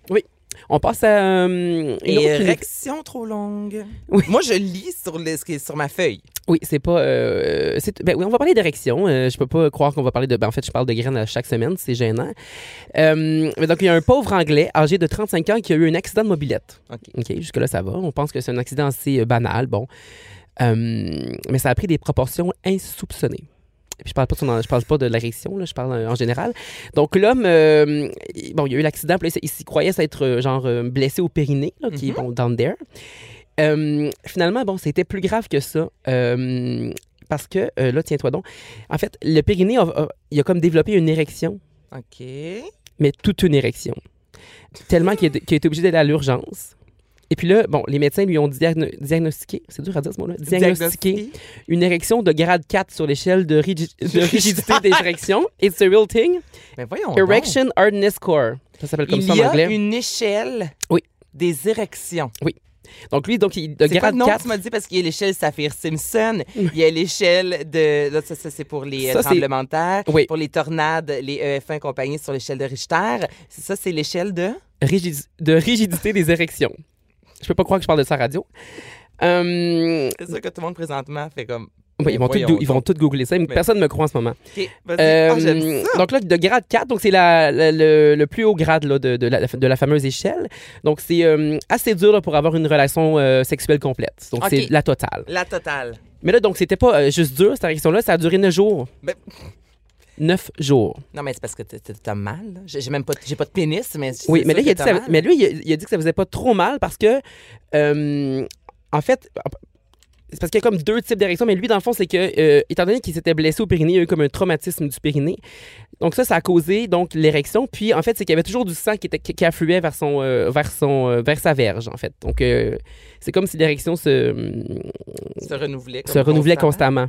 On passe à. euh, une Et autre vidéo. érection trop longue. Oui. Moi, je lis sur, le- ce qui est sur ma feuille. Oui, c'est pas. euh, c'est- ben oui, on va parler d'érection. Euh, je peux pas croire qu'on va parler de. Ben, en fait, je parle de graines à chaque semaine, c'est gênant. Euh, mais donc, il y a un pauvre Anglais âgé de 35 ans qui a eu un accident de mobilette. OK. OK, jusque-là, ça va. On pense que c'est un accident assez euh, banal, bon. Euh, mais ça a pris des proportions insoupçonnées. Puis je parle pas de, son- je parle pas de l'érection, là, je parle euh, en général. Donc l'homme, euh, il- bon, il y a eu l'accident, puis là, il s'y croyait s'être euh, genre euh, blessé au périnée, là, qui est bon down there. Euh, finalement, bon, c'était plus grave que ça. Euh, parce que, euh, là, tiens-toi donc. En fait, le périnée, a- a- il a comme développé une érection OK. mais toute une érection. Tellement qu'il a, qu'il a été obligé d'aller à l'urgence. Et puis là, bon, les médecins lui ont diagno- diagnostiqué, c'est dur à dire ce mot-là, diagnostiqué une érection de grade 4 sur l'échelle de, rigi- de rigidité des érections. It's a real thing. Mais voyons. donc. Erection hardness score. Ça s'appelle comme Oh Il ça en y a anglais. une échelle Oui. des érections. Donc lui, donc, il, de C'est quoi grade le nom que 4. tu m'as dit? Parce qu'il y a l'échelle Saphir-Simpson, il y a l'échelle de... Là, ça, ça, c'est pour les euh, Ça, c'est- tremblements de terre, Oui. pour les tornades, les EF1 et compagnie sur l'échelle de Richter. C'est ça, c'est l'échelle de... rigidi- de rigidité des érections. Je peux pas croire que je parle de ça à radio. Euh, C'est ça que tout le monde présentement fait comme... oui, ils, vont tout Voyons gou- ils vont donc. tout googler ça. mais Mais- Personne ne me croit en ce moment. OK, vas-y. Euh, Ah, j'aime ça. donc là, de grade 4, donc c'est la, la- le, le plus haut grade là, de, de la, de la fameuse échelle. Donc c'est euh, assez dur là, pour avoir une relation euh, sexuelle complète. Donc Ok. c'est la totale. La totale. Mais là, donc c'était pas euh, juste dur, cette réaction-là, ça a duré 9 jours. Ben- 9 jours. Non, mais c'est parce que t'as- t'as t'as mal. là. J'ai j'ai même pas, j'ai pas de pénis, mais c'est Oui, sûr mais, là, il a que dit t'as ça- mal. mais lui, il a, il a dit que ça faisait pas trop mal parce que, euh, en fait, c'est parce qu'il y a comme deux types d'érections, mais lui, dans le fond, c'est que, euh, étant donné qu'il s'était blessé au périnée, il y a eu comme un traumatisme du périnée. Donc ça, ça a causé donc l'érection. Puis, en fait, c'est qu'il y avait toujours du sang qui, était, qui, qui affluait vers, son, euh, vers, son, euh, vers sa verge, en fait. Donc, euh, c'est comme si l'érection se, se renouvelait. se renouvelait constamment.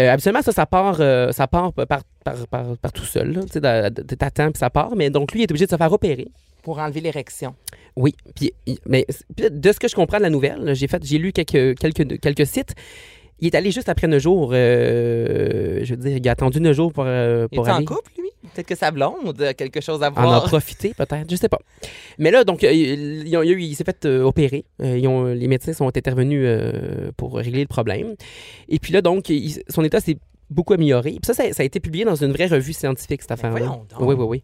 Euh, habituellement, ça, ça part, euh, ça part par, par, par- par tout seul. là. Tu sais, da- da- t'attends, puis ça part. Mais donc, lui, il est obligé de se faire opérer. Pour enlever l'érection. Oui, puis, il- mais puis de ce que je comprends de la nouvelle, là, j'ai fait, j'ai lu quelques, quelques, quelques sites. Il est allé juste après neuf jours. euh, je veux dire, il a attendu neuf jours pour, euh, Il pour est en aller. Ah couple, lui? Peut-être que sa blonde a quelque chose à En a voir. profité peut-être, je sais pas. Mais là, donc, euh, il, il- il- il s'est fait euh, opérer. Euh, ils ont- les médecins sont intervenus euh, pour régler le problème. Et puis là, donc, il- son état s'est beaucoup amélioré. Puis ça, ça, ça a été publié dans une vraie revue scientifique, cette affaire-là. voyons donc. Oui, oui, oui.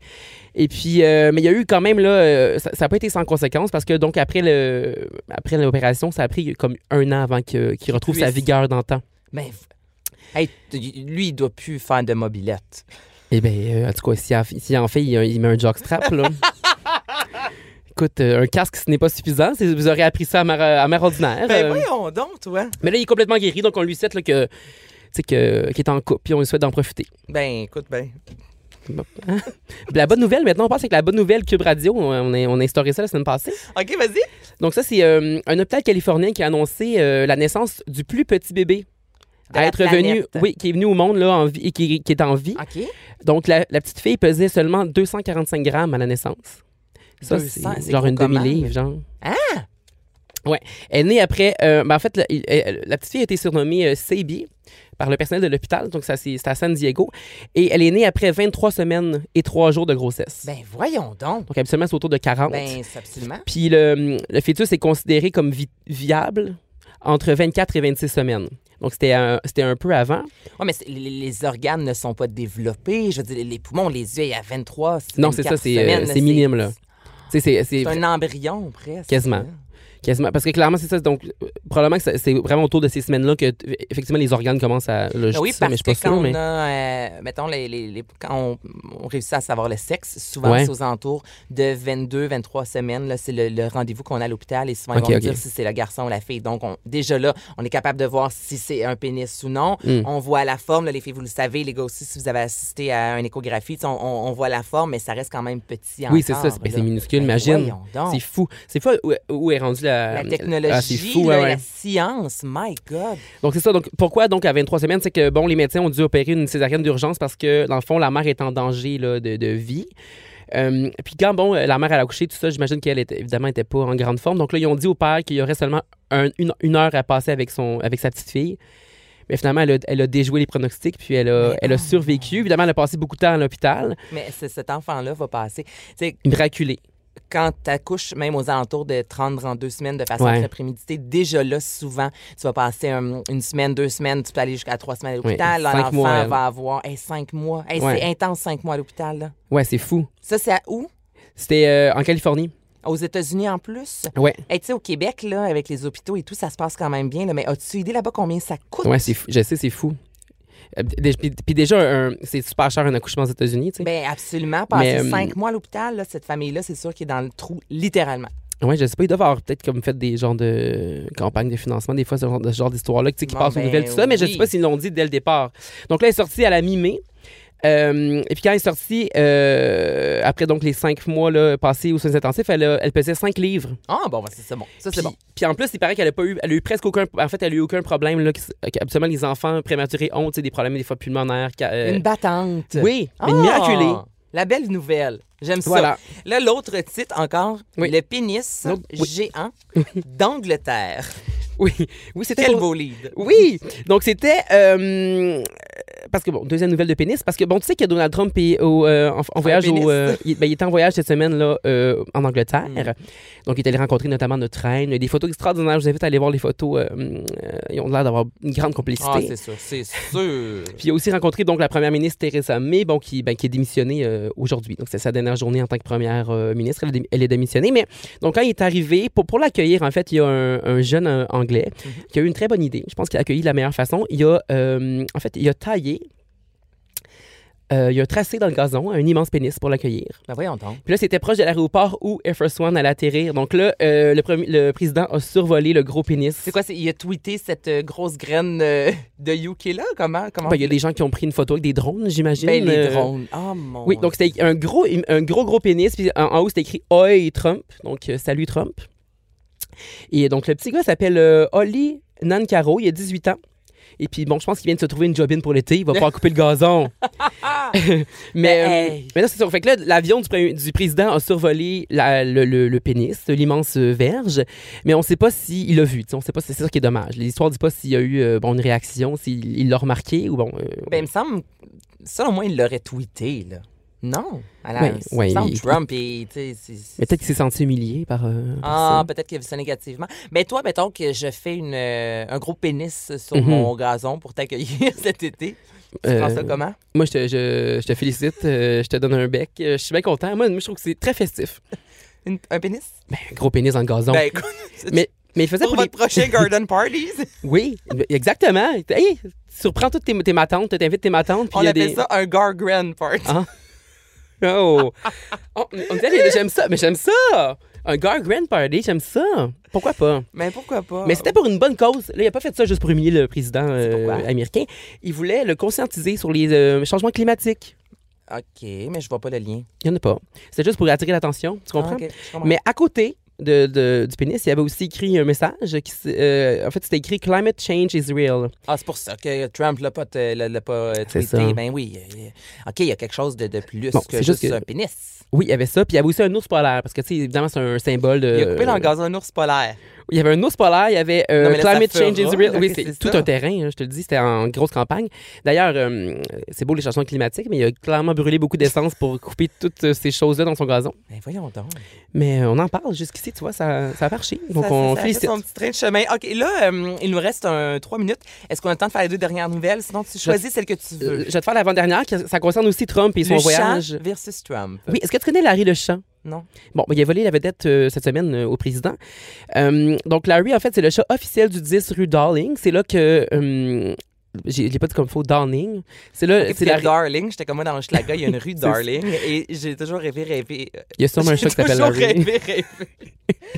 Et puis, euh, mais il y a eu quand même, là, euh, ça n'a pas été sans conséquence parce que, donc, après le après l'opération, ça a pris comme un an avant que- qu'il retrouve sa puisse. vigueur d'antan. Mais. Hey, t- lui, il doit plus faire de mobilette. Eh bien, en tout cas, s'il en, s'il en fait, il, euh, il met un jockstrap, là. Écoute, euh, un casque, ce n'est pas suffisant. C'est- Vous aurez appris ça à mère, à mère ordinaire. Ben Euh, voyons donc, toi. mais là, il est complètement guéri, donc on lui souhaite là, que, tu sais, que, qu'il est en couple, puis on lui souhaite d'en profiter. Ben écoute, ben. Hein? La bonne nouvelle, maintenant, on passe avec la bonne nouvelle Cube Radio. On on a, on a instauré ça la semaine passée. Ok, vas-y. Donc ça, c'est euh, un hôpital californien qui a annoncé euh, la naissance du plus petit bébé De à la être venu, planète. Ah. oui, qui est venu au monde là, en vie, et qui, qui est en vie. Ok. Donc la, la petite fille pesait seulement 245 grammes à la naissance. Ça, 200, c'est c'est genre gros une comment, demi-livre, genre. Ah! Ouais. Elle est née après. euh, ben, en fait, la, il- elle- la petite fille a été surnommée euh, Sabi par le personnel de l'hôpital. Donc, ça, c'est c'est à San Diego. Et elle est née après 23 semaines et 3 jours de grossesse. Ben voyons donc. Donc, habituellement, c'est autour de 40. Ben, c'est absolument. Puis le, le fœtus est considéré comme vi- viable entre 24 et 26 semaines. Donc, c'était un, c'était un peu avant. Ouais, mais c'est- les, les organes ne sont pas développés. Je veux dire, les poumons, les yeux, il y a 23. Non, c'est ça, 24 c'est euh, semaines, c'est minime, là. Tu sais, c'est- c'est- C'est un embryon, presque. Quasiment. là. Quasiment. Parce que clairement, c'est ça. Donc, euh, probablement que ça- c'est vraiment autour de ces semaines-là que, t- effectivement, les organes commencent à. Là, Ben, je Ah oui, dis ça, parce mais je suis que pas quand sûr, mais. on a, euh, mettons, les, les- les- quand on, on réussit à savoir le sexe, souvent Ouais. c'est aux alentours de 22, 23 semaines. là, C'est le, le rendez-vous qu'on a à l'hôpital et souvent ils Ok, vont nous ok. dire si c'est le garçon ou la fille. Donc, on- déjà là, on est capable de voir si c'est un pénis ou non. Hmm. On voit la forme. là, les filles, vous le savez, les gars aussi, si vous avez assisté à une échographie, tu sais, on, on- on voit la forme, mais ça reste quand même petit Oui, c'est ça. encore, C'est ben, là. c'est minuscule, Ben, imagine. voyons donc. C'est fou. C'est fou où, où est rendue la. La technologie, Ah, c'est fou, là, ouais, ouais. la science, my God. Donc, c'est ça. Donc, pourquoi, donc, à 23 semaines, c'est que, bon, les médecins ont dû opérer une césarienne d'urgence parce que, dans le fond, la mère est en danger là, de, de vie. Euh, puis quand, bon, la mère, elle a accouché, tout ça, j'imagine qu'elle, était, évidemment, n'était pas en grande forme. Donc, là, ils ont dit au père qu'il y aurait seulement un- une, une heure à passer avec, son, avec sa petite fille. Mais finalement, elle a, elle a déjoué les pronostics, puis elle a, Mais elle a oh survécu. Évidemment, elle a passé beaucoup de temps à l'hôpital. Mais c'est- cet enfant-là va passer. Tu sais, Miraculée. quand tu accouches, même aux alentours de 30-32 semaines de façon Ouais. très préméditée, déjà là, souvent, tu vas passer un- une semaine, deux semaines, tu peux aller jusqu'à trois semaines à l'hôpital. Oui, Là, cinq L'enfant mois, elle. va avoir hey, cinq mois. Hey, Ouais. C'est intense, cinq mois à l'hôpital. là. Ouais, c'est fou. Ça, c'est à où? C'était euh, en Californie. Aux États-Unis en plus? Ouais. Hey, tu sais, au Québec, là, avec les hôpitaux et tout, ça se passe quand même bien. là, mais as-tu idée là-bas combien ça coûte? Ouais, c'est fou. Je sais, c'est fou. Euh, dé- Puis puis déjà, un- un- c'est super cher un accouchement aux États-Unis, tu sais. Ben absolument. Passer Mais, euh, cinq mois à l'hôpital, là, cette famille-là, c'est sûr qu'il est dans le trou, littéralement. Ouais, je sais pas, ils doivent avoir peut-être comme fait des genres de campagnes de financement, des fois, ce genre, de- ce genre d'histoire-là, tu sais, qui Bon, passent aux ben nouvelles, tout ça, mais je sais oui. pas s'ils l'ont dit dès le départ. Donc là, elle est sortie à la mi-mai. Euh, et puis quand elle est sortie, euh, après donc les cinq mois là, passés aux soins intensifs, elle, a- elle pesait cinq livres. Ah, bon, ben, c'est c'est bon. Ça, c'est Puis, bon. puis en plus, il paraît qu'elle a pas eu, elle a eu presque aucun, en fait, elle a eu aucun problème là. qui s- Habituellement, les enfants prématurés ont, tu sais, des problèmes des fois pulmonaires. ca- euh, Une battante. Oui, Ah! mais miraculée. La belle nouvelle. J'aime ça. Voilà. Là, l'autre titre encore, Oui. le pénis L'autre- oui. géant d'Angleterre. Oui, oui, c'était Quel au- beau lead. Oui, donc c'était euh, parce que bon, deuxième nouvelle de pénis parce que bon, tu sais que Donald Trump est au, euh, en, en voyage pénis. au, euh, il, ben, il était en voyage cette semaine là euh, en Angleterre. Mm. Donc il est allé rencontrer notamment notre reine, Il y a des photos extraordinaires, je vous invite à aller voir les photos, euh, euh, ils ont l'air d'avoir une grande complicité. Ah, c'est sûr, c'est sûr. puis il a aussi rencontré donc la première ministre Theresa May, bon qui ben, qui est démissionnée euh, aujourd'hui. Donc c'est sa dernière journée en tant que première euh, ministre, elle, est dé- elle est démissionnée mais donc quand il est arrivé pour pour l'accueillir en fait, il y a un, un jeune euh, anglais Mm-hmm. qui a eu une très bonne idée. Je pense qu'il a accueilli de la meilleure façon. Il a, euh, en fait, il a taillé, euh, il a tracé dans le gazon un immense pénis pour l'accueillir. Ben voyons donc. Puis là, c'était proche de l'aéroport où Air Force One allait atterrir. Donc là, euh, le, premi- le président a survolé le gros pénis. C'est quoi, c'est- il a tweeté cette euh, grosse graine euh, de UK là? Comment? comment Ben, il y a des gens qui ont pris une photo avec des drones, j'imagine. Ben, les Euh, drones. Ah, mon. Oui, donc c'était un gros, un gros, gros pénis. Puis en, en haut, c'était écrit Oi Trump. Donc, euh, salut Trump. Et donc, le petit gars s'appelle euh, Oli Nancaro. Il a 18 ans. Et puis, bon, je pense qu'il vient de se trouver une jobine pour l'été. Il va pouvoir couper le gazon. mais, euh, Mais, Ben, hey. mais là, c'est sûr. Fait que là, l'avion du, pré- du président a survolé la- le, le- le pénis, l'immense euh, verge. Mais on ne sait pas s'il l'a vu. tu sais, On sait pas, c'est ça qui est dommage. L'histoire ne dit pas s'il y a eu euh, bon, une réaction, s'il il l'a remarqué ou bon. euh, Ben, il me semble, ça au moins, il l'aurait tweeté, là. Non. Alors, Ouais, il ouais, me semble il- Trump, il, tu sais, c'est- mais peut-être qu'il s'est senti humilié par. euh, par ça. Ah, peut-être qu'il a vu ça négativement. Mais toi, mettons que je fais une, euh, un gros pénis sur Mhm. mon gazon pour t'accueillir cet été. Tu Euh, prends ça comment? Moi, je te, je, je te félicite, euh, je te donne un bec. euh, je suis bien content. Moi, moi, je trouve que c'est très festif. Une- un pénis? Un gros pénis dans le gazon. Ben, écoute, c'est- mais, mais il faisait pour pour les- votre prochain garden party, Oui, exactement. Hey, tu surprends toutes tes, tes matantes, tu t'invites tes matantes. Puis on il y a appelle des... ça un gargren party. Ah. Oh. on, on dirait des- j'aime ça, mais j'aime ça. Un girl grand party, j'aime ça. Pourquoi pas? Mais pourquoi pas? Mais c'était pour une bonne cause. Là, il a pas fait ça juste pour humilier le président euh, pourquoi. américain. Il voulait le conscientiser sur les euh, changements climatiques. OK, mais je vois pas le lien. Il n'y en a pas. C'était juste pour attirer l'attention. Tu comprends? Ah, ok, je comprends. Mais à côté de, de- du pénis, il y avait aussi écrit un message qui, s- euh, en fait, c'était écrit Climate change is real. Ah, c'est pour ça que Trump l'a pas, t- l'a- l'a pas euh, C'est tweeté. ça. Ben oui. euh, OK, il y a quelque chose de, de plus Bon, que c'est juste juste que- un pénis. Oui, il y avait ça. Puis il y avait aussi un ours polaire parce que, tu sais, évidemment, c'est un symbole de. Il a coupé dans le gazon un ours polaire. Il y avait un ours polaire, il y avait euh, Non, mais là, ça Climate change is fera, real. là, Oui, que c'est c'est tout ça. un terrain, hein, je te le dis. C'était en grosse campagne. D'ailleurs, euh, c'est beau les changements climatiques, mais il a clairement brûlé beaucoup d'essence pour couper toutes euh, ces choses-là dans son gazon. Ben voyons donc. Mais euh, on en parle jusqu'ici, tu vois, ça, ça a marché. Donc Ça- on ça- ça a fait félicite. son petit train de chemin. OK, là, euh, il nous reste un, trois minutes. Est-ce qu'on a le temps de faire les deux dernières nouvelles? Sinon, tu choisis celle que tu Euh, veux. Je vais te faire l'avant-dernière, qui- ça concerne aussi Trump et son Le voyage. chat versus Trump. Oui, est-ce que tu connais Larry Le Chat? Non. Bon, ben, il a volé la vedette euh, cette semaine euh, au président. Euh, donc, Larry, en fait, c'est le chat officiel du 10 rue Darling. C'est là que. euh, j'ai- je l'ai pas dit comme faux, Darling. C'est là. C'est c'est la... Darling. J'étais comme moi dans Schlaga, il y a une rue Darling. Et j'ai toujours rêvé, rêvé. Il y a sûrement un chat qui s'appelle toujours Larry. rêvé, rêvé.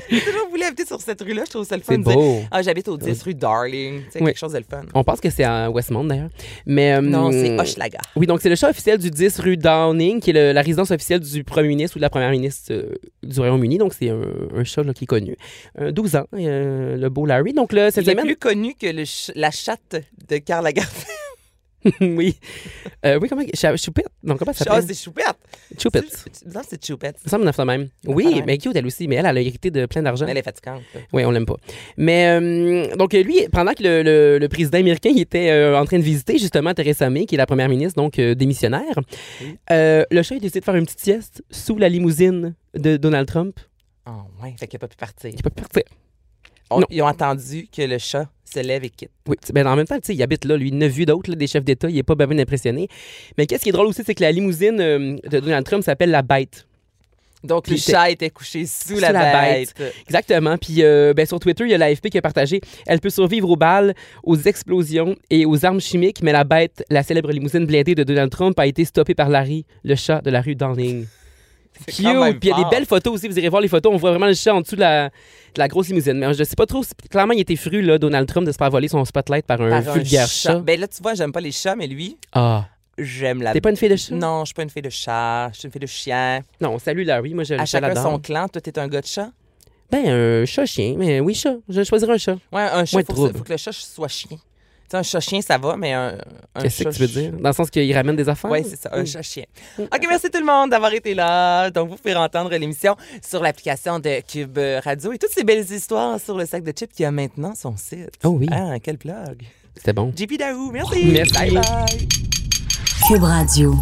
j'ai toujours voulu habiter sur cette rue-là. Je trouve ça le fun. C'est de dire, beau. Ah, j'habite au 10 rue Darling. C'est Oui. Mm. quelque chose de le fun. On pense que c'est à Westmont, d'ailleurs. Mais, euh, Non, c'est Hochelaga. Oui, donc c'est le chat officiel du 10 rue Downing, qui est le- la résidence officielle du premier ministre ou de la première ministre euh, du Royaume-Uni. Donc c'est un, un chat là, qui est connu. Euh, 12 ans, euh, le beau Larry. Donc là, cette Il est semaine. plus connu que le ch- la chatte de Karl Lagerfeld. oui. Euh, oui, comment. Cha- Choupette. Non, comment ça Ah, s'appelle c'est Choupette. Choupette. C'est- Non, c'est Choupette. Ça me semble même. affaire Oui, de même. mais cute elle aussi, mais elle, elle a hérité de plein d'argent. Elle est fatigante. là. Oui, on l'aime pas. Mais euh, donc euh, lui, pendant que le, le- le président américain il était euh, en train de visiter justement Theresa May, qui est la première ministre, donc euh, démissionnaire, euh, le chat il décide de faire une petite sieste sous la limousine de Donald Trump. Ah, ouais. Fait qu'il n'a pas pu partir. Il peut partir. On- Non. ils ont attendu que le chat se lève et quitte. Oui, ben en même temps, tu sais, il habite là, lui, il n'a vu d'autres, là, des chefs d'État, il est pas bien impressionné. Mais qu'est-ce qui est drôle aussi, c'est que la limousine euh, de Donald Trump s'appelle la Bête. Donc, Puis le j'étais- chat était couché sous, Sous la, la bête. Exactement. Puis euh, ben, sur Twitter, il y a l'AFP qui a partagé Elle peut survivre aux balles, aux explosions et aux armes chimiques, mais la bête, la célèbre limousine blindée de Donald Trump, a été stoppée par Larry, le chat de la rue Downing. C'est Cute. quand même Puis il y a des fort. belles photos aussi. Vous irez voir les photos. On voit vraiment le chat en dessous de la, de la grosse limousine. Mais je sais pas trop. si- Clairement, il était fru, là, Donald Trump, de se faire voler son spotlight par un Par un vulgaire chat. chat. Ben là, tu vois, j'aime pas les chats, mais lui, Ah. j'aime la T'es pas une fille de chat? Non, je suis pas une fille de chat, je suis une fille de chien. Non, salut Larry. Moi, je à je chacun l'adore. son clan, toi, t'es un gars de chat. Ben, un chat-chien. Mais oui, chat. Je choisirais un chat. Ouais, un chat, Moins faut, que, de trouble. faut que le chat soit chien. Tu sais, un chat chien, ça va, mais un, un Qu'est-ce que chat tu veux chien- dire? Dans le sens qu'il ramène des affaires? Oui, c'est ça, Mm. un chat chien. OK, merci tout le monde d'avoir été là. Donc, vous pouvez entendre l'émission sur l'application de Cube Radio et toutes ces belles histoires sur le sac de chips qui a maintenant son site. Oh oui. Ah, quel blog. C'était bon. JP Daou, merci. Merci. Bye bye. Cube Radio.